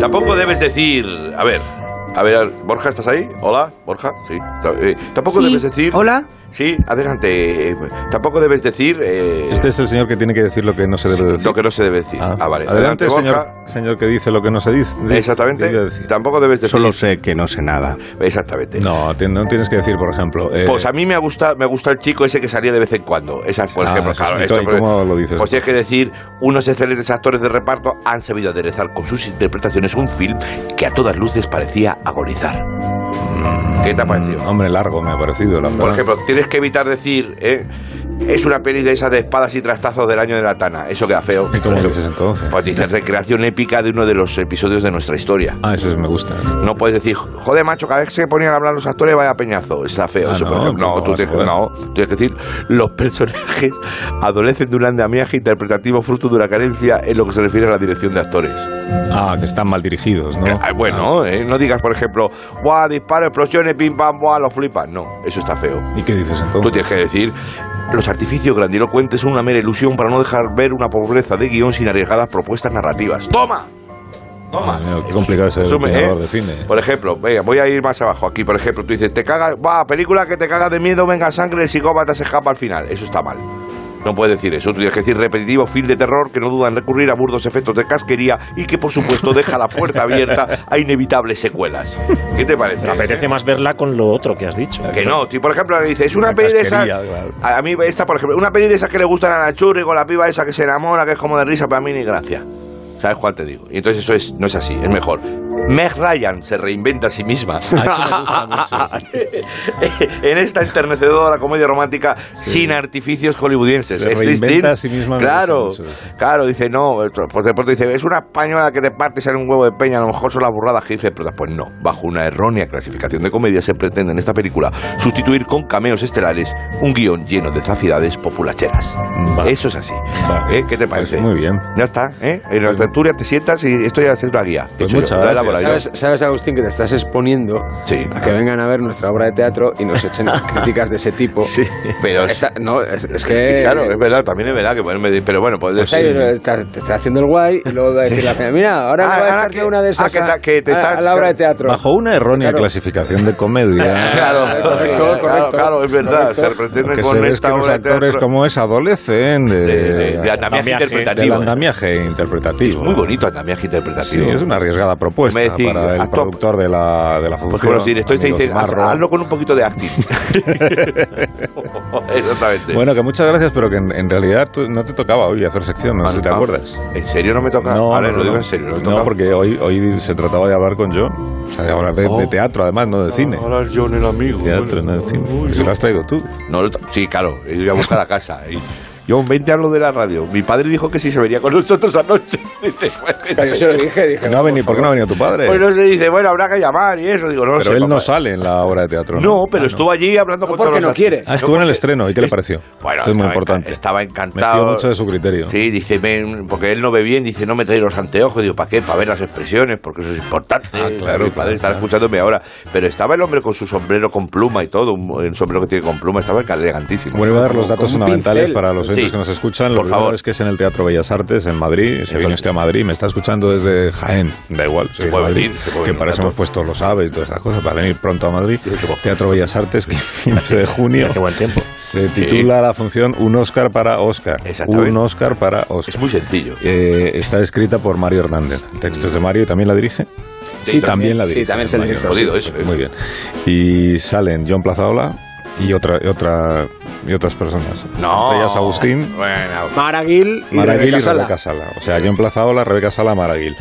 [SPEAKER 3] Tampoco debes decir. A ver. A ver, Borja, ¿estás ahí? Hola, Borja. Sí. Ta- eh, Tampoco
[SPEAKER 11] Sí.
[SPEAKER 3] debes decir.
[SPEAKER 11] Hola.
[SPEAKER 3] Sí, adelante. Eh, Tampoco debes decir. eh,
[SPEAKER 1] Este es el señor que tiene que decir lo que no se debe decir.
[SPEAKER 3] Lo que no se debe decir. Ah, vale.
[SPEAKER 1] Adelante,
[SPEAKER 3] Borja.
[SPEAKER 1] señor, señor que dice lo que no se dice. dice-
[SPEAKER 3] Exactamente. este
[SPEAKER 1] debe decir.
[SPEAKER 3] Tampoco debes decir.
[SPEAKER 10] sé que no sé nada.
[SPEAKER 3] Exactamente.
[SPEAKER 1] No, ti- no tienes que decir, por ejemplo. eh,
[SPEAKER 3] Pues a mí me gusta, me gusta el chico ese que salía de vez en cuando. Esa, por
[SPEAKER 1] Ah,
[SPEAKER 3] ejemplo,
[SPEAKER 1] eso es
[SPEAKER 3] claro,
[SPEAKER 1] mi
[SPEAKER 3] esto,
[SPEAKER 1] toy,
[SPEAKER 3] por-
[SPEAKER 1] ¿cómo lo dices?
[SPEAKER 3] Pues tienes que decir, unos excelentes actores de reparto han sabido aderezar con sus interpretaciones un film que a todas luces parecía agonizar.
[SPEAKER 1] Mm.
[SPEAKER 3] ¿Qué te ha parecido?
[SPEAKER 1] Hombre, largo me ha parecido, la verdad.
[SPEAKER 3] Por ejemplo, tienes que evitar decir, ¿eh? es una peli de esas de espadas y trastazos del año de la Tana. Eso queda feo.
[SPEAKER 1] ¿Y cómo dices entonces?
[SPEAKER 3] Pues dices, recreación épica de uno de los episodios de nuestra historia.
[SPEAKER 1] Ah, eso sí me gusta.
[SPEAKER 3] No puedes decir, joder, macho, cada vez que se ponían a hablar los actores, vaya peñazo. Está feo
[SPEAKER 1] Ah,
[SPEAKER 3] eso,
[SPEAKER 1] no,
[SPEAKER 3] por ejemplo. No,
[SPEAKER 1] tampoco
[SPEAKER 3] tú
[SPEAKER 1] vas
[SPEAKER 3] tienes,
[SPEAKER 1] a
[SPEAKER 3] que-
[SPEAKER 1] joder.
[SPEAKER 3] no, tienes que decir, los personajes adolecen de un andamiaje interpretativo fruto de una carencia en lo que se refiere a la dirección de actores.
[SPEAKER 1] Ah, que están mal dirigidos, ¿no?
[SPEAKER 3] Eh, bueno,
[SPEAKER 1] Ah.
[SPEAKER 3] eh, no digas, por ejemplo, guau, disparo, explosiones, pim, pam, guau, lo flipas. No, eso está feo.
[SPEAKER 1] ¿Y qué dices
[SPEAKER 3] Tú
[SPEAKER 1] entonces?
[SPEAKER 3] tienes que decir, Los artificios grandilocuentes son una mera ilusión para no dejar ver una pobreza de guión sin arriesgadas propuestas narrativas. ¡Toma!
[SPEAKER 1] Madre mía, Ah, qué complicado ese
[SPEAKER 3] Resumen,
[SPEAKER 1] operador
[SPEAKER 3] ¿eh?
[SPEAKER 1] de cine.
[SPEAKER 3] Por ejemplo, venga, voy a ir más abajo. Aquí, por ejemplo, tú dices, te cagas, va, película que te caga de miedo, venga sangre, el psicópata se escapa al final. Eso está mal. No puedes decir eso, tú tienes que decir repetitivo film de terror que no duda en recurrir a burdos efectos de casquería y que por supuesto deja la puerta abierta a inevitables secuelas. ¿Qué te parece?
[SPEAKER 2] Me apetece más verla con lo otro que has dicho.
[SPEAKER 3] Que no, tío, por ejemplo, dice, es una,
[SPEAKER 1] Una
[SPEAKER 3] peli de esas.
[SPEAKER 1] casquería, claro.
[SPEAKER 3] A a mí, esta, por ejemplo, una peli de esas que le gustan a la churri con la piba esa que se enamora, que es como de risa, pero a mí ni gracia. ¿Sabes cuál te digo? Y entonces eso es, no es así, es mejor. Meg Ryan se reinventa a sí misma. en esta enternecedora comedia romántica sin artificios hollywoodienses.
[SPEAKER 1] Se
[SPEAKER 3] Es
[SPEAKER 1] reinventa
[SPEAKER 3] distinto.
[SPEAKER 1] a sí misma, me
[SPEAKER 3] Claro,
[SPEAKER 1] gusta mucho eso.
[SPEAKER 3] claro, dice, no, el tro- pues de pronto dice, es una española que te partes en un huevo de peña, a lo mejor son las burradas que dice, pero pues no, bajo una errónea clasificación de comedia se pretende en esta película sustituir con cameos estelares un guión lleno de zafiedades populacheras.
[SPEAKER 1] Va.
[SPEAKER 3] Eso es así.
[SPEAKER 1] Va.
[SPEAKER 3] ¿Eh? ¿Qué te parece?
[SPEAKER 1] Pues muy bien.
[SPEAKER 3] Ya está, ¿eh? En la tertulia te sientas y estoy haciendo la guía. que
[SPEAKER 1] Pues
[SPEAKER 3] he hecho yo,
[SPEAKER 1] muchas
[SPEAKER 3] la he
[SPEAKER 1] gracias.
[SPEAKER 3] elaborado yo.
[SPEAKER 5] ¿Sabes, sabes, Agustín, que te estás exponiendo
[SPEAKER 3] Sí.
[SPEAKER 5] a que vengan a ver nuestra obra de teatro y nos echen críticas de ese tipo.
[SPEAKER 2] Sí.
[SPEAKER 5] Pero esta- no, es, es que.
[SPEAKER 3] Sí, Claro, es verdad, también es verdad que ponerme de- Pero bueno, pues...
[SPEAKER 5] O sea, yo- te, te está haciendo el guay y luego va a decir la pena, mira, ahora
[SPEAKER 3] Ah,
[SPEAKER 5] me voy a
[SPEAKER 3] ahora
[SPEAKER 5] echarte
[SPEAKER 3] que-
[SPEAKER 5] una de
[SPEAKER 3] ah,
[SPEAKER 5] esas
[SPEAKER 3] que
[SPEAKER 5] a,
[SPEAKER 3] ta- que te
[SPEAKER 5] a-
[SPEAKER 3] estás-
[SPEAKER 5] a la obra de teatro.
[SPEAKER 1] Bajo una errónea
[SPEAKER 5] Claro.
[SPEAKER 1] clasificación de comedia.
[SPEAKER 3] Claro,
[SPEAKER 5] Correcto,
[SPEAKER 3] claro,
[SPEAKER 5] correcto.
[SPEAKER 3] claro, es verdad.
[SPEAKER 5] Correcto.
[SPEAKER 3] Se pretende
[SPEAKER 1] Que se
[SPEAKER 3] con
[SPEAKER 1] ve es que
[SPEAKER 3] esta
[SPEAKER 1] los
[SPEAKER 3] obra de
[SPEAKER 1] actores
[SPEAKER 3] teatro-
[SPEAKER 1] como es adolecen de,
[SPEAKER 3] de, de- de andamiaje
[SPEAKER 2] Andamiaje,
[SPEAKER 1] del
[SPEAKER 3] interpretativo.
[SPEAKER 1] andamiaje interpretativo.
[SPEAKER 3] Muy bonito andamiaje
[SPEAKER 1] Sí,
[SPEAKER 3] interpretativo.
[SPEAKER 1] es una arriesgada propuesta
[SPEAKER 3] Me decís,
[SPEAKER 1] para el
[SPEAKER 3] actúa-
[SPEAKER 1] productor de la, de la
[SPEAKER 3] Porque
[SPEAKER 1] función.
[SPEAKER 3] los directores te
[SPEAKER 1] amigos
[SPEAKER 3] dicen, "Haz-
[SPEAKER 1] Marro".
[SPEAKER 3] hazlo con un poquito de acting. Exactamente.
[SPEAKER 1] Bueno, que muchas gracias, pero que en, en realidad tú- no te tocaba hoy hacer sección, no sé si te
[SPEAKER 3] Ah,
[SPEAKER 1] acuerdas.
[SPEAKER 3] ¿En serio no me toca? Ahora lo digo en serio. No, me
[SPEAKER 1] No,
[SPEAKER 3] toca.
[SPEAKER 1] porque hoy, hoy se trataba de hablar con John. O sea, de hablar de, de teatro, además, no de cine.
[SPEAKER 3] Ahora es John el amigo.
[SPEAKER 1] Teatro, no de cine. Porque lo has traído tú.
[SPEAKER 3] No, lo to- sí, claro. Yo iba a buscar a casa. Y yo un 20 hablo de la radio. Mi padre dijo que sí se vería con nosotros anoche. Dice, bueno,
[SPEAKER 5] Pero yo se lo dije, dije.
[SPEAKER 1] Que no ha venido,
[SPEAKER 5] por
[SPEAKER 1] ¿Por qué no ha
[SPEAKER 5] favor.
[SPEAKER 1] venido tu padre?
[SPEAKER 3] Pues no se dice, bueno, habrá que llamar y eso. Digo, no lo
[SPEAKER 1] pero
[SPEAKER 3] sé,
[SPEAKER 1] él no
[SPEAKER 3] papá.
[SPEAKER 1] sale en la obra de teatro.
[SPEAKER 3] No, pero estuvo allí hablando
[SPEAKER 5] No,
[SPEAKER 3] con
[SPEAKER 5] porque
[SPEAKER 3] todos los
[SPEAKER 5] no quiere.
[SPEAKER 1] Ah, estuvo en el estreno. ¿Y qué le
[SPEAKER 3] Es-
[SPEAKER 1] pareció?
[SPEAKER 3] Bueno,
[SPEAKER 1] Esto es muy
[SPEAKER 3] estaba enca-
[SPEAKER 1] importante.
[SPEAKER 3] Estaba
[SPEAKER 1] Me
[SPEAKER 3] encantado.
[SPEAKER 1] fío mucho de su criterio.
[SPEAKER 3] Sí, dice, "Ven", porque él no ve bien, dice, no me trae los anteojos. Digo, ¿para qué? Para ver las expresiones, porque eso es importante.
[SPEAKER 1] Ah, claro,
[SPEAKER 3] Mi padre
[SPEAKER 1] claro,
[SPEAKER 3] estaba
[SPEAKER 1] claro.
[SPEAKER 3] escuchándome ahora. Pero estaba el hombre con su sombrero con pluma y todo, un, un sombrero que tiene con pluma, estaba elegantísimo.
[SPEAKER 1] Vuelvo a dar los datos
[SPEAKER 5] Con un
[SPEAKER 1] fundamentales
[SPEAKER 5] pincel.
[SPEAKER 1] para los oyentes
[SPEAKER 3] Sí.
[SPEAKER 1] que nos escuchan. Lo
[SPEAKER 3] Por
[SPEAKER 1] primero
[SPEAKER 3] favor.
[SPEAKER 1] es que es en el Teatro Bellas Artes, en Madrid. Se vino usted a Madrid, me está escuchando desde Jaén. Da igual, soy de
[SPEAKER 3] puede
[SPEAKER 1] Madrid,
[SPEAKER 3] venir, se puede
[SPEAKER 1] que
[SPEAKER 3] venir
[SPEAKER 1] para
[SPEAKER 3] un
[SPEAKER 1] eso hemos
[SPEAKER 3] rato.
[SPEAKER 1] puesto los aves y todas esas cosas, para venir pronto a Madrid.
[SPEAKER 3] Sí, qué bueno.
[SPEAKER 1] Teatro Bellas Artes, 15 de junio.
[SPEAKER 2] Qué buen tiempo.
[SPEAKER 1] Se titula la función Un Oscar para Oscar.
[SPEAKER 3] Exactamente.
[SPEAKER 1] Un Oscar para Oscar.
[SPEAKER 3] Es muy sencillo.
[SPEAKER 1] Eh, está escrita por Mario Hernández. El texto es de Mario y también la dirige.
[SPEAKER 5] Sí,
[SPEAKER 1] también la dirige.
[SPEAKER 5] Sí, también es el
[SPEAKER 1] Mario
[SPEAKER 5] director.
[SPEAKER 3] Jodido,
[SPEAKER 1] Hernández.
[SPEAKER 3] eso es.
[SPEAKER 1] Muy bien. Y salen John Plazaola y otra, y otra y otras personas.
[SPEAKER 3] No.
[SPEAKER 1] Entre ellas Agustín,
[SPEAKER 3] Bueno,
[SPEAKER 5] Maraguil y
[SPEAKER 1] Maraguil
[SPEAKER 5] Rebeca
[SPEAKER 1] y
[SPEAKER 5] Sala.
[SPEAKER 1] Rebeca Sala. O sea, John Plazaola, Rebeca Sala, Maraguil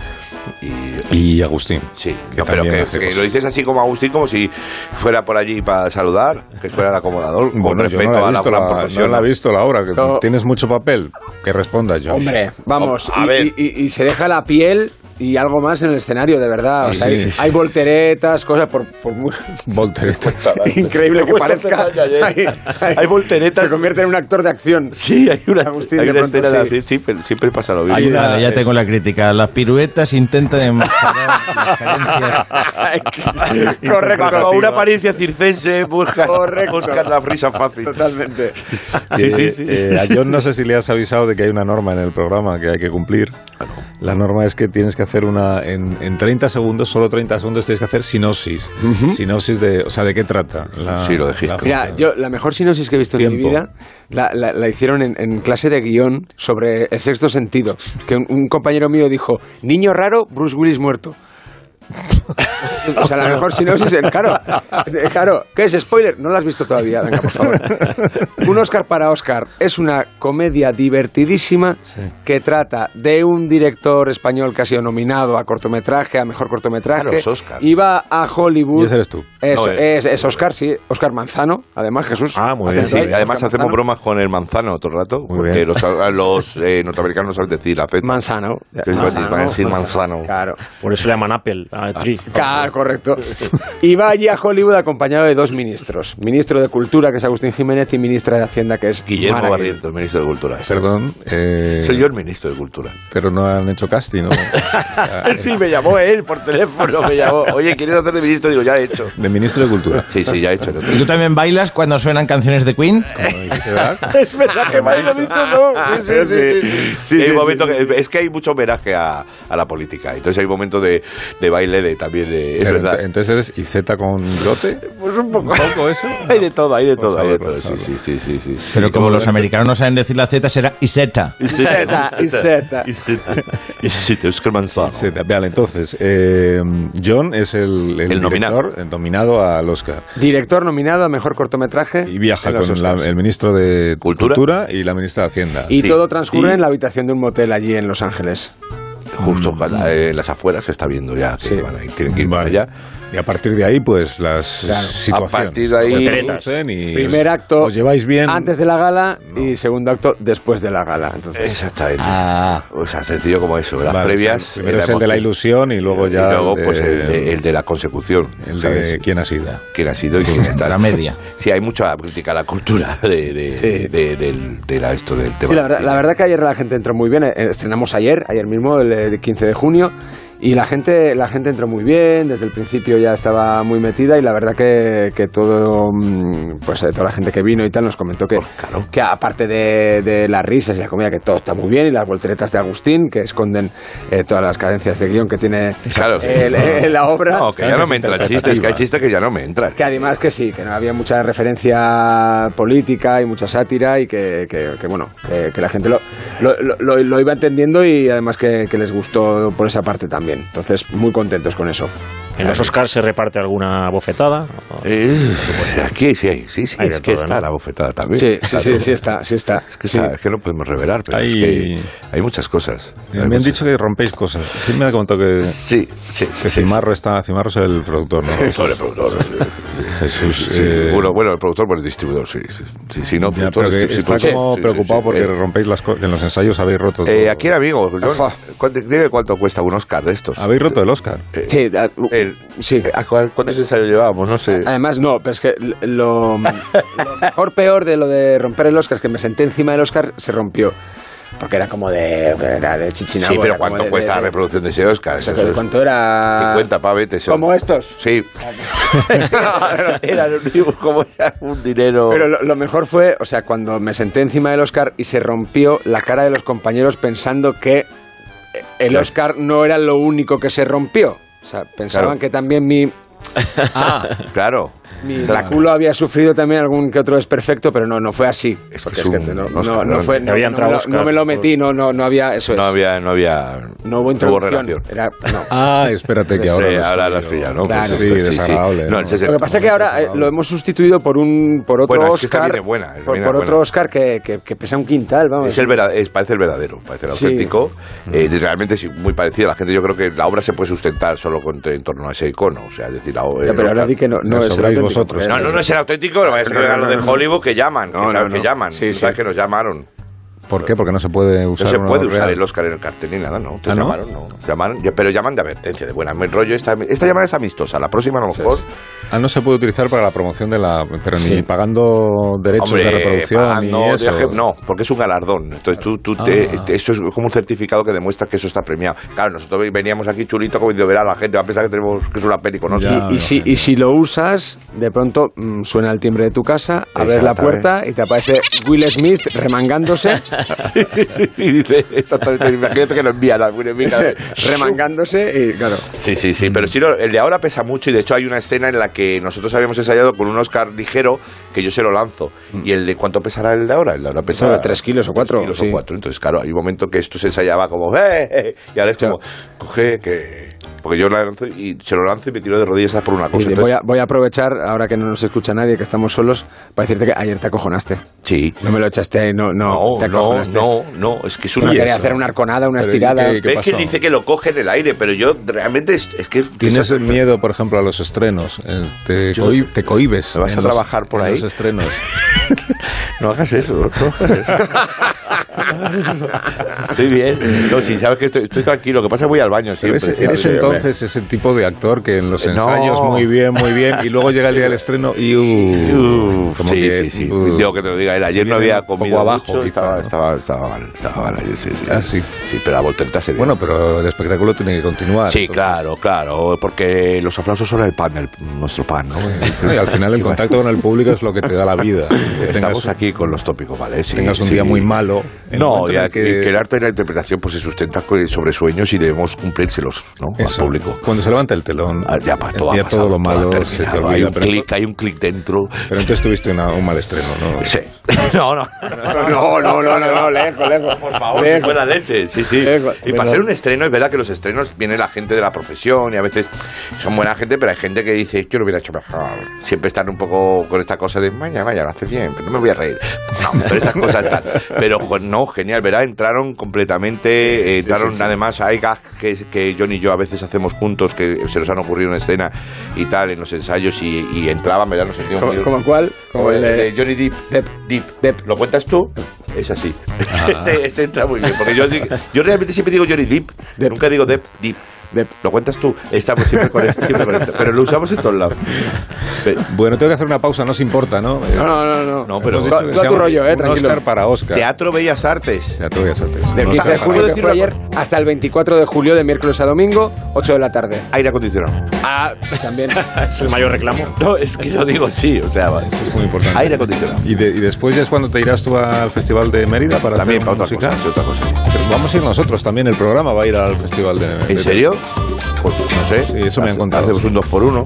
[SPEAKER 1] y Agustín.
[SPEAKER 3] sí.
[SPEAKER 1] que
[SPEAKER 3] No, pero
[SPEAKER 1] también
[SPEAKER 3] que,
[SPEAKER 1] hace
[SPEAKER 3] que
[SPEAKER 1] cosas.
[SPEAKER 3] lo dices así como Agustín, como si fuera por allí para saludar, que fuera el acomodador, con
[SPEAKER 1] Bueno, yo
[SPEAKER 3] respeto
[SPEAKER 1] no la
[SPEAKER 3] a
[SPEAKER 1] he
[SPEAKER 3] la
[SPEAKER 1] visto
[SPEAKER 3] gran
[SPEAKER 1] la,
[SPEAKER 3] profesión.
[SPEAKER 1] no la he visto la obra. que
[SPEAKER 5] Yo-
[SPEAKER 1] Tienes mucho papel. Que responda, John.
[SPEAKER 5] Hombre, vamos,
[SPEAKER 3] A
[SPEAKER 5] y-
[SPEAKER 3] ver.
[SPEAKER 5] y, y- y se deja la piel y algo más en el escenario, de verdad. O
[SPEAKER 1] Sí,
[SPEAKER 5] sea, hay,
[SPEAKER 1] sí, sí.
[SPEAKER 5] hay volteretas, cosas por, por muy
[SPEAKER 1] Voltereta.
[SPEAKER 5] increíble que
[SPEAKER 3] Qué
[SPEAKER 5] parezca.
[SPEAKER 3] vueltas de caña, ¿eh? Hay volteretas.
[SPEAKER 5] Se convierte en un actor de acción.
[SPEAKER 3] Sí, hay una,
[SPEAKER 5] Agustín,
[SPEAKER 3] hay
[SPEAKER 5] de
[SPEAKER 3] una
[SPEAKER 5] pronto
[SPEAKER 3] escena
[SPEAKER 5] sí.
[SPEAKER 3] de sí, pero siempre pasa lo mismo.
[SPEAKER 1] Hay una-
[SPEAKER 4] Vale, ya tengo la crítica. Las piruetas intentan enmascarar las carencias.
[SPEAKER 3] Correcto, con una apariencia circense busca, busca la risa fácil.
[SPEAKER 5] Totalmente.
[SPEAKER 1] Sí, sí, sí. eh, a John no sé si le has avisado de que hay una norma en el programa que hay que cumplir.
[SPEAKER 3] Ah,
[SPEAKER 1] La norma es que tienes que hacer una... En, en 30 segundos, solo 30 segundos, tienes que hacer sinopsis. Sinopsis de... O sea, ¿de qué trata? La,
[SPEAKER 3] Sí, lo dejé.
[SPEAKER 1] la
[SPEAKER 5] Mira,
[SPEAKER 1] función?
[SPEAKER 5] yo la mejor sinopsis que he visto en mi
[SPEAKER 1] Tiempo.
[SPEAKER 5] vida la, la- la hicieron en, en clase de guión sobre el sexto sentido. Que un, un compañero mío dijo, niño raro, Bruce Willis muerto. o sea, la mejor sinopsis en... Claro, eh, claro. ¿Qué es? ¿Spoiler? No la has visto todavía. Venga, por favor. Un Oscar para Oscar es una comedia divertidísima que trata de un director español que ha sido nominado a cortometraje, a mejor cortometraje.
[SPEAKER 3] A los Oscars.
[SPEAKER 5] Y va a Hollywood.
[SPEAKER 1] Y ese eres tú.
[SPEAKER 5] Eso,
[SPEAKER 3] No, eh,
[SPEAKER 5] es, es Oscar, sí. Oscar Manzano, además, Jesús.
[SPEAKER 2] Ah, muy
[SPEAKER 5] Hace
[SPEAKER 2] bien.
[SPEAKER 3] Sí,
[SPEAKER 5] rato,
[SPEAKER 3] además
[SPEAKER 5] Oscar
[SPEAKER 3] hacemos
[SPEAKER 5] Manzano.
[SPEAKER 3] bromas con el manzano todo el rato,
[SPEAKER 1] Muy
[SPEAKER 3] porque
[SPEAKER 1] bien.
[SPEAKER 3] los, a los eh, norteamericanos saben decir la feta.
[SPEAKER 5] Manzano.
[SPEAKER 3] Sí, sí, van a decir manzano.
[SPEAKER 5] Claro.
[SPEAKER 2] Por eso le llaman Apple. ah, tree. Madrid.
[SPEAKER 5] Claro, correcto. Y va allí a Hollywood acompañado de dos ministros. Ministro de Cultura, que es Agustín Jiménez, y ministra de Hacienda, que es
[SPEAKER 3] Guillermo
[SPEAKER 5] Mara Guirre.
[SPEAKER 3] Barrientos, ministro de Cultura.
[SPEAKER 1] Perdón, eh,
[SPEAKER 3] Soy yo el ministro de Cultura.
[SPEAKER 1] pero no han hecho casting, ¿no? O sea,
[SPEAKER 3] Sí, me llamó él por teléfono, me llamó. Oye, ¿quieres hacer de ministro? Digo, ya he hecho.
[SPEAKER 1] de ministro de Cultura.
[SPEAKER 3] Sí, sí, ya he hecho.
[SPEAKER 4] ¿Y tú también bailas cuando suenan canciones de Queen?
[SPEAKER 1] Como dijiste, ¿verdad?
[SPEAKER 3] Es verdad que me lo dicho, ¿no? Sí, sí, sí. Hay momento que- es que hay mucho homenaje a, a la política. Entonces hay momentos de, de baile de, también de... Es
[SPEAKER 1] Pero
[SPEAKER 3] verdad.
[SPEAKER 1] ent- Entonces eres IZ con lote.
[SPEAKER 3] Pues un poco.
[SPEAKER 1] poco eso.
[SPEAKER 3] Hay de todo, hay de
[SPEAKER 1] Pues
[SPEAKER 3] todo, hay de
[SPEAKER 1] sabrlo,
[SPEAKER 3] todo. Sí,
[SPEAKER 1] sabrlo.
[SPEAKER 3] sí, sí, sí, sí.
[SPEAKER 4] Pero como los americanos no saben decir la Z, será Iseta.
[SPEAKER 5] Zeta, Ah, y Zeta.
[SPEAKER 3] Y Zeta. Y Zeta, Oscar Manzano.
[SPEAKER 1] Sí, vale, entonces, eh, John es el,
[SPEAKER 3] El nominado.
[SPEAKER 1] director, el nominado al Oscar.
[SPEAKER 5] Director nominado a mejor cortometraje.
[SPEAKER 1] Y viaja
[SPEAKER 5] en los
[SPEAKER 1] con la-
[SPEAKER 5] Oscars.
[SPEAKER 1] el ministro de
[SPEAKER 3] Cultura.
[SPEAKER 1] Cultura, y la ministra de Hacienda.
[SPEAKER 5] Y
[SPEAKER 3] Sí.
[SPEAKER 5] todo transcurre
[SPEAKER 3] Y-
[SPEAKER 5] en la habitación de un motel allí en Los Ángeles.
[SPEAKER 3] Justo ojalá, eh, en las afueras se está viendo ya que van a ir, tienen que ir para
[SPEAKER 1] Mm. Vale.
[SPEAKER 3] allá.
[SPEAKER 1] Y a partir de ahí, pues, las
[SPEAKER 5] Claro.
[SPEAKER 1] situaciones.
[SPEAKER 3] A partir de ahí-
[SPEAKER 1] Se producen y
[SPEAKER 5] Primer
[SPEAKER 1] os-
[SPEAKER 5] acto
[SPEAKER 1] Os lleváis bien.
[SPEAKER 5] antes de la gala y segundo acto después de la gala. Entonces,
[SPEAKER 3] Exactamente.
[SPEAKER 4] Ah.
[SPEAKER 3] O sea, sencillo como eso. Las
[SPEAKER 1] Vale,
[SPEAKER 3] previas.
[SPEAKER 1] o sea, primero
[SPEAKER 3] eh,
[SPEAKER 1] es el de la ilusión
[SPEAKER 3] emoción.
[SPEAKER 1] y luego ya.
[SPEAKER 3] Y luego, pues,
[SPEAKER 1] de-
[SPEAKER 3] el, de- el de la consecución.
[SPEAKER 1] el
[SPEAKER 3] ¿sabes?
[SPEAKER 1] de quién ha sido.
[SPEAKER 3] quién ha sido y quién está.
[SPEAKER 4] La media.
[SPEAKER 3] Sí, hay mucha crítica a la cultura de, de,
[SPEAKER 5] Sí.
[SPEAKER 3] de- del, de la- esto del tema.
[SPEAKER 5] sí, la verdad,
[SPEAKER 3] Sí.
[SPEAKER 5] la verdad que ayer la gente entró muy bien. Eh, Estrenamos ayer, ayer mismo, el eh, 15 de junio. Y la gente, la gente entró muy bien, desde el principio ya estaba muy metida y la verdad que, que todo, mm, pues eh, toda la gente que vino y tal nos comentó que,
[SPEAKER 3] Pues,
[SPEAKER 5] que aparte de, de las risas y la comida, que todo está muy bien y las volteretas de Agustín, que esconden eh, todas las cadencias de guión que tiene
[SPEAKER 3] Claro.
[SPEAKER 5] el- el- la obra.
[SPEAKER 3] No, que ya no me entran chistes, que hay chistes que ya no me entran.
[SPEAKER 5] Que además que sí, que no había mucha referencia política y mucha sátira y que, que- que, bueno, que, que la gente lo, lo- lo- lo- lo iba entendiendo y además que, que les gustó por esa parte también. Entonces, muy contentos con eso.
[SPEAKER 2] En los Oscars se reparte alguna bofetada.
[SPEAKER 3] Eh, aquí sí hay, sí, sí,
[SPEAKER 2] Hay de
[SPEAKER 3] es que
[SPEAKER 2] todo,
[SPEAKER 3] está
[SPEAKER 2] ¿no?
[SPEAKER 3] la bofetada también.
[SPEAKER 5] Sí, sí,
[SPEAKER 3] Está
[SPEAKER 5] sí,
[SPEAKER 3] todo.
[SPEAKER 5] sí está, sí está.
[SPEAKER 3] Es que,
[SPEAKER 5] Sí.
[SPEAKER 3] sabes, que no podemos revelar, pero
[SPEAKER 1] Hay-
[SPEAKER 3] es que hay muchas cosas.
[SPEAKER 1] Me
[SPEAKER 3] Hay
[SPEAKER 1] han
[SPEAKER 3] muchas-
[SPEAKER 1] dicho que rompéis cosas. Sí, me ha contado que,
[SPEAKER 3] Sí, sí.
[SPEAKER 1] que Cimarro, está, Cimarro es el productor, ¿no?
[SPEAKER 3] Sobre productor.
[SPEAKER 1] Jesús,
[SPEAKER 3] Sí,
[SPEAKER 1] eh,
[SPEAKER 3] bueno, bueno, el productor, bueno, el distribuidor, sí. Sí, sí, sí, no,
[SPEAKER 1] Ya,
[SPEAKER 3] productor,
[SPEAKER 1] pero que
[SPEAKER 3] sí, sí,
[SPEAKER 1] está
[SPEAKER 3] productor.
[SPEAKER 1] como
[SPEAKER 3] Sí, sí,
[SPEAKER 1] preocupado
[SPEAKER 3] sí.
[SPEAKER 1] porque
[SPEAKER 3] Eh,
[SPEAKER 1] rompéis las cosas. En los ensayos habéis roto. todo.
[SPEAKER 3] Eh, aquí era amigo. John,
[SPEAKER 5] Ajá.
[SPEAKER 3] ¿cuánto- Dile cuánto cuesta un Oscar de estos.
[SPEAKER 1] Habéis roto el Oscar.
[SPEAKER 3] Eh,
[SPEAKER 5] Sí, ah, uh,
[SPEAKER 3] el-
[SPEAKER 5] sí.
[SPEAKER 3] ¿a cuál- ¿Cuántos ensayos llevábamos? No sé.
[SPEAKER 5] Además, no, pero es que lo, lo mejor peor de lo de romper el Oscar es que me senté encima del Oscar, se rompió. Porque era como de, era de chichinabo.
[SPEAKER 3] sí, pero
[SPEAKER 5] era como
[SPEAKER 3] ¿cuánto
[SPEAKER 5] de-
[SPEAKER 3] cuesta
[SPEAKER 5] de-
[SPEAKER 3] la
[SPEAKER 5] de-
[SPEAKER 3] reproducción de ese Oscar?
[SPEAKER 5] o sea,
[SPEAKER 3] Eso es
[SPEAKER 5] ¿Cuánto era?
[SPEAKER 3] 50 pavetes.
[SPEAKER 5] ¿Como este. estos?
[SPEAKER 3] Sí. Era un- como era un dinero.
[SPEAKER 5] Pero lo, lo mejor fue, o sea, cuando me senté encima del Oscar y se rompió la cara de los compañeros pensando que eh, el Oscar no era lo único que se rompió. O sea, pensaban
[SPEAKER 3] Claro.
[SPEAKER 5] que también mi,
[SPEAKER 3] Claro.
[SPEAKER 5] mi la culo había sufrido también algún que otro desperfecto, pero no, no fue así.
[SPEAKER 3] Es que
[SPEAKER 5] Porque
[SPEAKER 3] es
[SPEAKER 5] es que
[SPEAKER 3] un
[SPEAKER 5] no,
[SPEAKER 3] Oscar,
[SPEAKER 5] no- no
[SPEAKER 3] ¿no?
[SPEAKER 5] fue, no,
[SPEAKER 2] Había
[SPEAKER 5] no
[SPEAKER 2] entrado
[SPEAKER 5] me lo,
[SPEAKER 2] Oscar
[SPEAKER 5] no me lo metí, no, no, no había, eso
[SPEAKER 3] No
[SPEAKER 5] es.
[SPEAKER 3] había, no había.
[SPEAKER 5] no hubo
[SPEAKER 3] relación.
[SPEAKER 5] introducción. Era- no.
[SPEAKER 1] Ah, espérate que ahora.
[SPEAKER 3] Sí,
[SPEAKER 1] lo has
[SPEAKER 3] ahora lo has
[SPEAKER 1] pillado.
[SPEAKER 3] pillado, ¿no?
[SPEAKER 5] Claro.
[SPEAKER 3] Pues
[SPEAKER 1] sí,
[SPEAKER 3] esto es-
[SPEAKER 1] desagradable.
[SPEAKER 3] No, el 60.
[SPEAKER 5] Lo que pasa es que ahora eh, lo hemos sustituido por un por otro
[SPEAKER 3] Bueno, es que esta
[SPEAKER 5] Oscar,
[SPEAKER 3] viene buena, esta
[SPEAKER 5] por,
[SPEAKER 3] viene
[SPEAKER 5] por
[SPEAKER 3] buena.
[SPEAKER 5] otro Oscar que, que- que pesa un quintal, vamos.
[SPEAKER 3] Es el vera- es- parece el verdadero, parece el
[SPEAKER 5] Sí. Mm.
[SPEAKER 3] auténtico. Eh, realmente es muy parecido. La gente, yo creo que la obra se puede sustentar solo con- en torno a ese icono. O sea, es decir, la,
[SPEAKER 5] Ya, pero ahora di que no, no
[SPEAKER 1] Os
[SPEAKER 5] es el
[SPEAKER 1] sobráis
[SPEAKER 5] auténtico,
[SPEAKER 1] vosotros.
[SPEAKER 5] porque-
[SPEAKER 3] No, no, no es el auténtico, no vayas a ser los de Hollywood que llaman, que,
[SPEAKER 5] No,
[SPEAKER 3] sabes
[SPEAKER 5] no,
[SPEAKER 3] que
[SPEAKER 5] no.
[SPEAKER 3] llaman,
[SPEAKER 5] Sí,
[SPEAKER 3] sabes
[SPEAKER 5] sí.
[SPEAKER 3] que nos llamaron.
[SPEAKER 1] ¿Por qué? Porque Pues no se puede usar.
[SPEAKER 3] No se
[SPEAKER 1] un
[SPEAKER 3] puede
[SPEAKER 1] ordenador
[SPEAKER 3] usar
[SPEAKER 1] real.
[SPEAKER 3] el Oscar en el cartel ni nada, ¿no? Te
[SPEAKER 1] Ah, ¿no?
[SPEAKER 3] llamaron, no. Llamaron, ya- pero llaman de advertencia, de buena el rollo. Esta, esta llamada es amistosa, la próxima a lo mejor.
[SPEAKER 1] Ah, no se puede utilizar para la promoción de la. Pero ni pagando derechos de reproducción.
[SPEAKER 3] ah,
[SPEAKER 1] ni
[SPEAKER 3] no,
[SPEAKER 1] eso. Ah.
[SPEAKER 3] deje- no, porque es un galardón. Entonces tú, tú te- te- eso es como un certificado que demuestra que eso está premiado. Claro, nosotros veníamos aquí chulito como diciendo, verá la gente, va a pensar que tenemos que es una peli con Oscar.
[SPEAKER 1] Ya.
[SPEAKER 5] Y, y si, y si lo usas, de pronto mm, suena el timbre de tu casa, abres la
[SPEAKER 3] Exactamente.
[SPEAKER 5] puerta y te aparece Will Smith remangándose,
[SPEAKER 3] Sí, sí, sí, sí, dice, exactamente. Imagínate que lo envían a alguna amiga.
[SPEAKER 5] remangándose y claro.
[SPEAKER 3] Sí, sí, sí, pero sí, no, el de ahora pesa mucho y de hecho hay una escena en la que nosotros habíamos ensayado con un Oscar ligero que yo se lo lanzo. ¿Y el de cuánto pesará el de ahora? El de ahora
[SPEAKER 5] Eso
[SPEAKER 3] pesará
[SPEAKER 5] de Mm. tres kilos o cuatro.
[SPEAKER 3] kilos
[SPEAKER 5] sí.
[SPEAKER 3] o cuatro. Entonces, claro, hay un momento que esto se ensayaba como, ¡eh! eh", Y ahora es como, coge que. Porque yo la lanzo y se lo lanzo y me tiro de rodillas por una cosa.
[SPEAKER 5] Oye,
[SPEAKER 3] Entonces,
[SPEAKER 5] voy, a, voy a aprovechar, ahora que no nos escucha nadie, que estamos solos, para decirte que ayer te acojonaste.
[SPEAKER 3] Sí.
[SPEAKER 5] No me lo echaste ahí, no, no,
[SPEAKER 3] No,
[SPEAKER 5] te
[SPEAKER 3] no,
[SPEAKER 5] acojonaste.
[SPEAKER 3] no, no, es que es una.
[SPEAKER 5] Yo quería
[SPEAKER 1] eso?
[SPEAKER 5] hacer una arconada, una
[SPEAKER 1] Pero, ¿y
[SPEAKER 5] estirada.
[SPEAKER 1] qué- qué
[SPEAKER 3] ¿Ves que
[SPEAKER 1] pasó?
[SPEAKER 3] dice que lo coge en el aire? Pero yo realmente es, es que.
[SPEAKER 1] Tienes
[SPEAKER 3] esas-
[SPEAKER 1] miedo, por ejemplo, a los estrenos. Eh, Te,
[SPEAKER 3] Yo-
[SPEAKER 1] cohi- te cohibes.
[SPEAKER 3] ¿Me vas
[SPEAKER 1] en
[SPEAKER 3] a
[SPEAKER 1] los-
[SPEAKER 3] trabajar por
[SPEAKER 1] en
[SPEAKER 3] ahí?
[SPEAKER 1] los estrenos.
[SPEAKER 3] No hagas eso, no hagas eso. Estoy bien. No, sí, sabes que estoy, estoy tranquilo. Lo que pasa es que voy al baño
[SPEAKER 1] Pero
[SPEAKER 3] siempre.
[SPEAKER 1] ese- eres
[SPEAKER 3] ¿sabes?
[SPEAKER 1] entonces ese tipo de actor que en los
[SPEAKER 3] No.
[SPEAKER 1] ensayos muy bien, muy bien, y luego llega el día del estreno y uh,
[SPEAKER 3] Uf, sí, sí, sí.
[SPEAKER 1] uh,
[SPEAKER 3] Yo que te lo diga, era,
[SPEAKER 1] se
[SPEAKER 3] ayer no
[SPEAKER 1] viene
[SPEAKER 3] había
[SPEAKER 1] un poco
[SPEAKER 3] comido
[SPEAKER 1] abajo,
[SPEAKER 3] mucho,
[SPEAKER 1] quizá,
[SPEAKER 3] estaba,
[SPEAKER 1] ¿no?
[SPEAKER 3] estaba, estaba mal, estaba mal, sí, sí.
[SPEAKER 1] Ah, sí.
[SPEAKER 3] Sí, pero la voltereta se dio.
[SPEAKER 1] Bueno, pero el espectáculo tiene que continuar.
[SPEAKER 3] Sí,
[SPEAKER 1] entonces-
[SPEAKER 3] claro, claro, porque los aplausos son el pan, del- nuestro pan, ¿no?
[SPEAKER 1] No, y al final el contacto con el público es lo que te da la vida. Que
[SPEAKER 3] Estamos
[SPEAKER 1] tengas,
[SPEAKER 3] aquí con los tópicos, ¿vale? Sí,
[SPEAKER 1] tengas un
[SPEAKER 3] sí.
[SPEAKER 1] día muy malo. en el
[SPEAKER 3] No,
[SPEAKER 1] momento
[SPEAKER 3] y,
[SPEAKER 1] en el
[SPEAKER 3] a- y que el arte de la interpretación pues, se sustenta co- sobre sueños y debemos cumplírselos ¿no?
[SPEAKER 1] Eso,
[SPEAKER 3] al público.
[SPEAKER 1] Cuando se levanta el telón,
[SPEAKER 3] Ah, ya pa- todo, ha
[SPEAKER 1] ya
[SPEAKER 3] pasado,
[SPEAKER 1] todo lo malo
[SPEAKER 3] ha
[SPEAKER 1] se te
[SPEAKER 3] terminado.
[SPEAKER 1] olvida.
[SPEAKER 3] Hay un
[SPEAKER 1] pero,
[SPEAKER 3] clic, hay un clic dentro.
[SPEAKER 1] pero entonces tuviste una- un mal estreno, ¿no?
[SPEAKER 3] Sí. No, no.
[SPEAKER 5] No, no, no, no, no, lejos, lejos.
[SPEAKER 3] Por favor,
[SPEAKER 5] Lejos.
[SPEAKER 3] si fuera leche. Sí, sí.
[SPEAKER 5] Lejos.
[SPEAKER 3] Y para ser un estreno, es verdad que los estrenos viene la gente de la profesión y a veces son buena gente, pero hay gente que dice, yo lo hubiera hecho mejor. Siempre están un poco con esta cosa de, vaya, vaya, lo hace bien, pero no me voy a reír. No, pero estas cosas están. Pero jo, no, genial, ¿verdad? Entraron completamente, eh, entraron además, hay gags que, que John y yo a veces hacemos juntos, que se nos han ocurrido una escena y tal, en los ensayos y, y entraban, ¿verdad? Nos sentimos
[SPEAKER 5] ¿Como,
[SPEAKER 3] muy-
[SPEAKER 5] como cuál? Como
[SPEAKER 3] como el
[SPEAKER 5] el
[SPEAKER 3] de
[SPEAKER 5] de...
[SPEAKER 3] Johnny Depp. Ah.
[SPEAKER 5] Depp.
[SPEAKER 3] Deep.
[SPEAKER 5] Depp.
[SPEAKER 3] ¿Lo cuentas tú? Es así. Ese, ese entra muy bien. Porque yo, digo- yo realmente siempre digo Johnny Deep.
[SPEAKER 5] Depp.
[SPEAKER 3] Nunca digo Deep. Deep.
[SPEAKER 5] Depp.
[SPEAKER 3] Lo cuentas tú. Estamos siempre con esto, siempre con esto. Pero lo usamos en todos lados. Pero-
[SPEAKER 1] Bueno, tengo que hacer una pausa, no os importa, ¿no?
[SPEAKER 5] No, no, no, no.
[SPEAKER 3] No, pero-
[SPEAKER 1] Hemos
[SPEAKER 5] Tú-
[SPEAKER 1] dicho que
[SPEAKER 5] tú a
[SPEAKER 1] se
[SPEAKER 5] tu
[SPEAKER 1] llama
[SPEAKER 5] rollo, eh,
[SPEAKER 1] un
[SPEAKER 5] tranquilo.
[SPEAKER 1] Oscar para Oscar.
[SPEAKER 3] Teatro Bellas Artes.
[SPEAKER 1] Ya te voy a hacer eso.
[SPEAKER 5] Del
[SPEAKER 1] Un
[SPEAKER 5] 15
[SPEAKER 1] Oscar
[SPEAKER 5] de
[SPEAKER 1] para
[SPEAKER 5] julio,
[SPEAKER 1] Oscar.
[SPEAKER 5] que fue ayer, hasta el 24 de julio, de miércoles a domingo, 8 de la tarde.
[SPEAKER 3] Aire acondicionado.
[SPEAKER 5] Ah, también.
[SPEAKER 2] Es el mayor reclamo.
[SPEAKER 3] No, es que lo digo sí. O sea, vale.
[SPEAKER 1] Eso es muy importante.
[SPEAKER 3] Aire acondicionado.
[SPEAKER 1] Y, de- y después ya es cuando te irás tú al Festival de Mérida para
[SPEAKER 3] También
[SPEAKER 1] hacer
[SPEAKER 3] para otra
[SPEAKER 1] música.
[SPEAKER 3] cosa, sí, otra cosa.
[SPEAKER 1] Pero vamos a ir nosotros también, el programa va a ir al Festival de Mérida.
[SPEAKER 3] ¿En serio? Pues no sé.
[SPEAKER 1] Sí, eso me han
[SPEAKER 3] Hace-
[SPEAKER 1] contado.
[SPEAKER 3] Hacemos un 2 por 1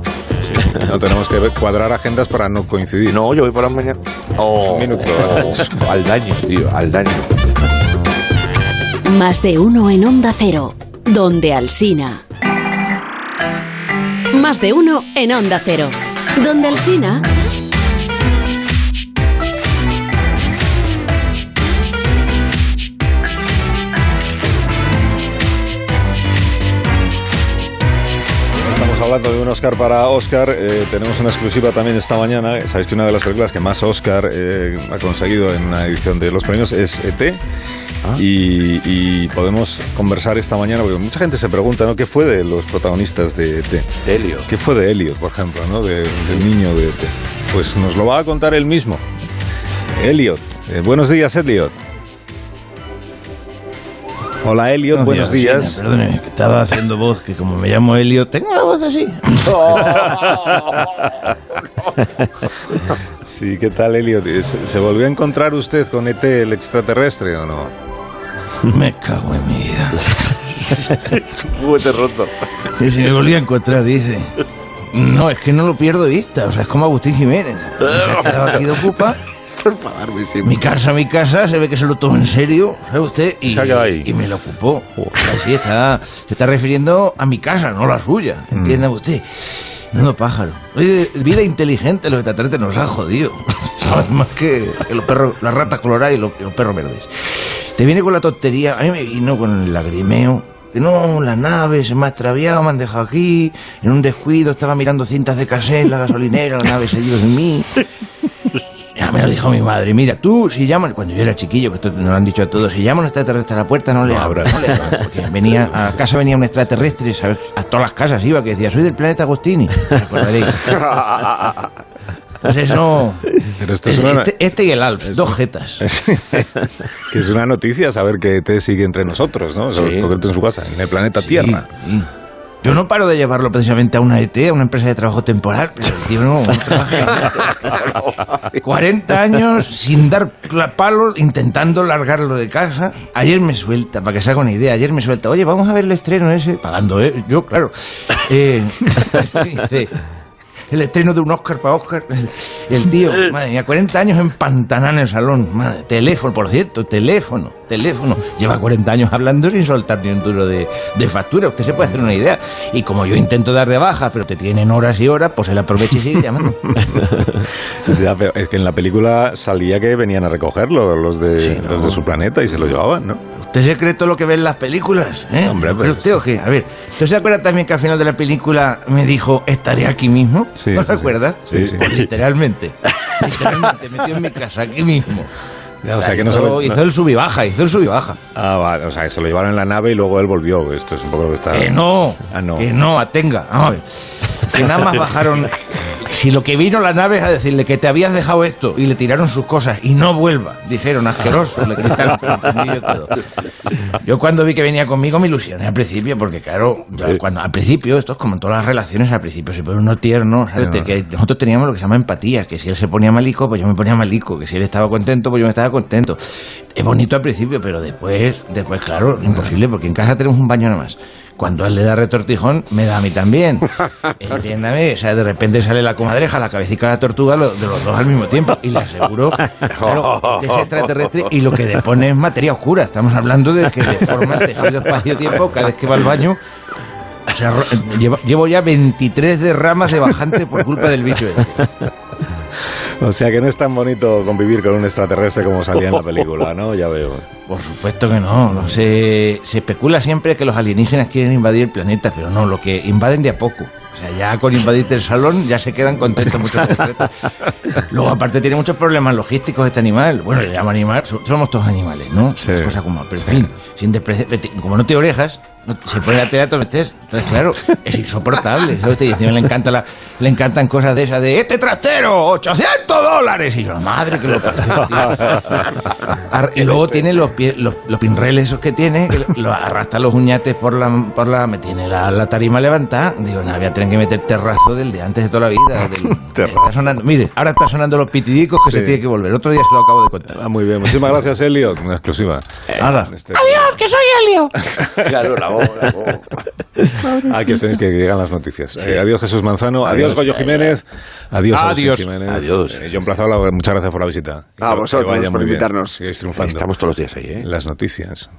[SPEAKER 1] No tenemos que ver- cuadrar agendas para no coincidir.
[SPEAKER 3] No, yo voy por las mañanas. Oh,
[SPEAKER 1] Un minuto.
[SPEAKER 3] oh, al daño, tío, al daño.
[SPEAKER 9] Más de uno en Onda Cero, donde Alsina. Más de uno en Onda Cero, donde Alsina.
[SPEAKER 1] Estamos hablando de un Oscar para Oscar. eh, tenemos una exclusiva también esta mañana. Sabéis que una de las películas que más Oscar eh, ha conseguido en una edición de los premios es ET.
[SPEAKER 3] Ah.
[SPEAKER 1] Y, y podemos conversar esta mañana, porque mucha gente se pregunta, ¿no? ¿Qué fue de los protagonistas de E ET?
[SPEAKER 3] Delio.
[SPEAKER 1] ¿Qué fue de Elliot, por ejemplo, ¿no? De- del niño de, de- Pues nos lo va a contar él mismo. Elliot. Eh, buenos días, Elliot. Hola, Elliot. Buenos, días.
[SPEAKER 4] Alsina, perdóneme, que estaba haciendo voz, que como me llamo Helio, tengo la voz así.
[SPEAKER 1] Sí, ¿qué tal, Elliot? Eh, ¿Se, se volvió a encontrar usted con ET, el extraterrestre, o no?
[SPEAKER 4] Me cago en mi vida.
[SPEAKER 3] Juguete roto.
[SPEAKER 4] Y si me volví a encontrar, dice. No, es que no lo pierdo de vista. O sea, es como Agustín Jiménez. este Se ha quedado aquí de ocupa.
[SPEAKER 3] Esto es para darme siempre.
[SPEAKER 4] Mi casa, mi casa, se ve que se lo tomó en serio, ¿sabe usted? Y,
[SPEAKER 3] Se ha quedado ahí.
[SPEAKER 4] y me lo ocupó. Así está, se está refiriendo a mi casa, no a la suya,
[SPEAKER 3] Mm.
[SPEAKER 4] ¿entiende usted? No, pájaro. Oye, vida inteligente, los extraterrestres nos ha jodido. ¿Sabes? Más que, que los perros, las ratas coloradas y los, y los perros verdes. Te viene con la tontería, a mí me vino con el lagrimeo. Que no, las naves se me ha extraviado, me han dejado aquí. En un descuido estaba mirando cintas de cassette, la gasolinera, la nave se ha ido de mí. Ya me lo dijo mi madre. Mira, tú, si llaman, cuando yo era chiquillo, que esto nos lo han dicho a todos, si llaman a un extraterrestre a la puerta, no le abras. No le abras, porque venía, a casa venía un extraterrestre, ¿sabes? A todas las casas iba, que decía, soy del planeta Agostini. ¿Os acordaréis? Pues eso.
[SPEAKER 1] Pero esto es
[SPEAKER 4] Este,
[SPEAKER 1] una...
[SPEAKER 4] este y el Alf, dos jetas.
[SPEAKER 1] que es una noticia saber que ET sigue entre nosotros, ¿no? Sobre- en concreto en su casa, en el planeta Tierra.
[SPEAKER 4] Sí, sí. Yo no paro de llevarlo precisamente a una ET, a una empresa de trabajo temporal, pero el tío no, no trabaja. 40 años sin dar cla- palo, intentando largarlo de casa. Ayer me suelta, para que se haga una idea, ayer me suelta, oye, vamos a ver el estreno ese, pagando, ¿eh? Yo, claro. Eh, dice, el estreno de un Oscar para Oscar. El tío, madre mía, 40 años empantanado en el salón. Madre, teléfono, por cierto, teléfono, teléfono. Lleva 40 años hablando sin soltar ni un duro de, de factura. Usted se puede hacer una idea. Y como yo intento dar de baja, pero te tienen horas y horas, pues él aprovecha y sigue llamando.
[SPEAKER 1] Ya, pero es que en la película salía que venían a recogerlo los de, los de su planeta y se lo llevaban, ¿no?
[SPEAKER 4] ¿Usted se cree todo lo que ve en las películas? ¿eh?
[SPEAKER 1] Hombre,
[SPEAKER 4] ¿Pero
[SPEAKER 1] pues-
[SPEAKER 4] usted o qué? A ver, ¿usted se acuerda también que al final de la película me dijo, estaré aquí mismo?
[SPEAKER 1] Sí,
[SPEAKER 4] ¿No
[SPEAKER 1] sí,
[SPEAKER 4] se
[SPEAKER 1] sí.
[SPEAKER 4] acuerda?
[SPEAKER 1] Sí, sí.
[SPEAKER 4] Pues literalmente. Literalmente, metió en mi casa aquí mismo.
[SPEAKER 1] Ya, o sea, que no
[SPEAKER 4] hizo,
[SPEAKER 1] se lo-
[SPEAKER 4] hizo el sub y baja, hizo el sub y baja.
[SPEAKER 1] Ah, vale, o sea, que se lo llevaron en la nave y luego él volvió. Esto es un poco lo que está.
[SPEAKER 4] Que Eh, no,
[SPEAKER 1] Ah, no.
[SPEAKER 4] que no, atenga. Vamos a ver. Que nada más bajaron. Si lo que vino la nave es a decirle que te habías dejado esto y le tiraron sus cosas y no vuelva, dijeron asqueroso, le gritaron por el pasillo todo. Yo cuando vi que venía conmigo me ilusioné al principio, porque claro, ya cuando al principio, esto es como en todas las relaciones, al principio se pone uno tierno, ¿sabes? Te- que nosotros teníamos lo que se llama empatía, que si él se ponía malico, pues yo me ponía malico, que si él estaba contento, pues yo me estaba contento. Es bonito al principio, pero después, después, claro, imposible, porque en casa tenemos un baño nada más. Cuando a él le da retortijón, me da a mí también. Entiéndame, o sea, de repente sale la comadreja, la cabecita de la tortuga, lo- de los dos al mismo tiempo. Y le aseguro, claro, que es extraterrestre y lo que depone es materia oscura. Estamos hablando de que deforma el tejido espacio-tiempo cada vez que va al baño. O sea, ro- llevo, llevo ya 23 derramas de bajante por culpa del bicho este.
[SPEAKER 1] O sea, que no es tan bonito convivir con un extraterrestre como salía en la película, ¿no? Ya veo.
[SPEAKER 4] Por supuesto que no. no se, se especula siempre que los alienígenas quieren invadir el planeta, pero no, lo que invaden de a poco. O sea, ya con invadir el salón ya se quedan contentos muchos planetas. Luego, aparte, tiene muchos problemas logísticos este animal. Bueno, le llamo animal, so- somos todos animales, ¿no?
[SPEAKER 1] Sí.
[SPEAKER 4] Las cosas como, pero en fin, sin despre- como no te orejas, no te- se pone la tela donde estés. Entonces, claro, es insoportable. ¿sabes? Y encima le, encanta la- le encantan cosas de esas de este trastero, 800 dólares. Y yo, madre que lo parió, tío. Ar- y
[SPEAKER 1] Este.
[SPEAKER 4] luego tiene los, pie- los, los pinreles esos que tiene, que lo- lo arrastra los uñates por la, por la me tiene la, la tarima levantada. Digo, nada, voy a tener que meter terrazo del de antes de toda la vida. del-
[SPEAKER 1] Terrazo.
[SPEAKER 4] está sonando- mire, ahora está sonando los pitidicos que
[SPEAKER 1] Sí.
[SPEAKER 4] se tiene que volver. Otro día se lo acabo de contar.
[SPEAKER 1] Ah, muy bien. Muchísimas gracias, Elliot. Una exclusiva.
[SPEAKER 4] Ahora,
[SPEAKER 1] Este-
[SPEAKER 7] ¡Adiós, ¡Ah, que soy Helio!
[SPEAKER 3] Claro, la voz, la voz.
[SPEAKER 1] Aquí os tenéis Ah, que llegan las noticias. Eh, adiós, Jesús Manzano. Adiós, Goyo Jiménez. Adiós,
[SPEAKER 4] Adiós.
[SPEAKER 1] Agustín Jiménez.
[SPEAKER 3] Adiós.
[SPEAKER 1] Eh, John Plazola, muchas gracias por la visita.
[SPEAKER 5] Ah, A vosotros por
[SPEAKER 1] muy bien.
[SPEAKER 5] invitarnos.
[SPEAKER 1] Sigáis triunfando.
[SPEAKER 3] Estamos todos los días ahí, ¿eh?
[SPEAKER 1] Las noticias.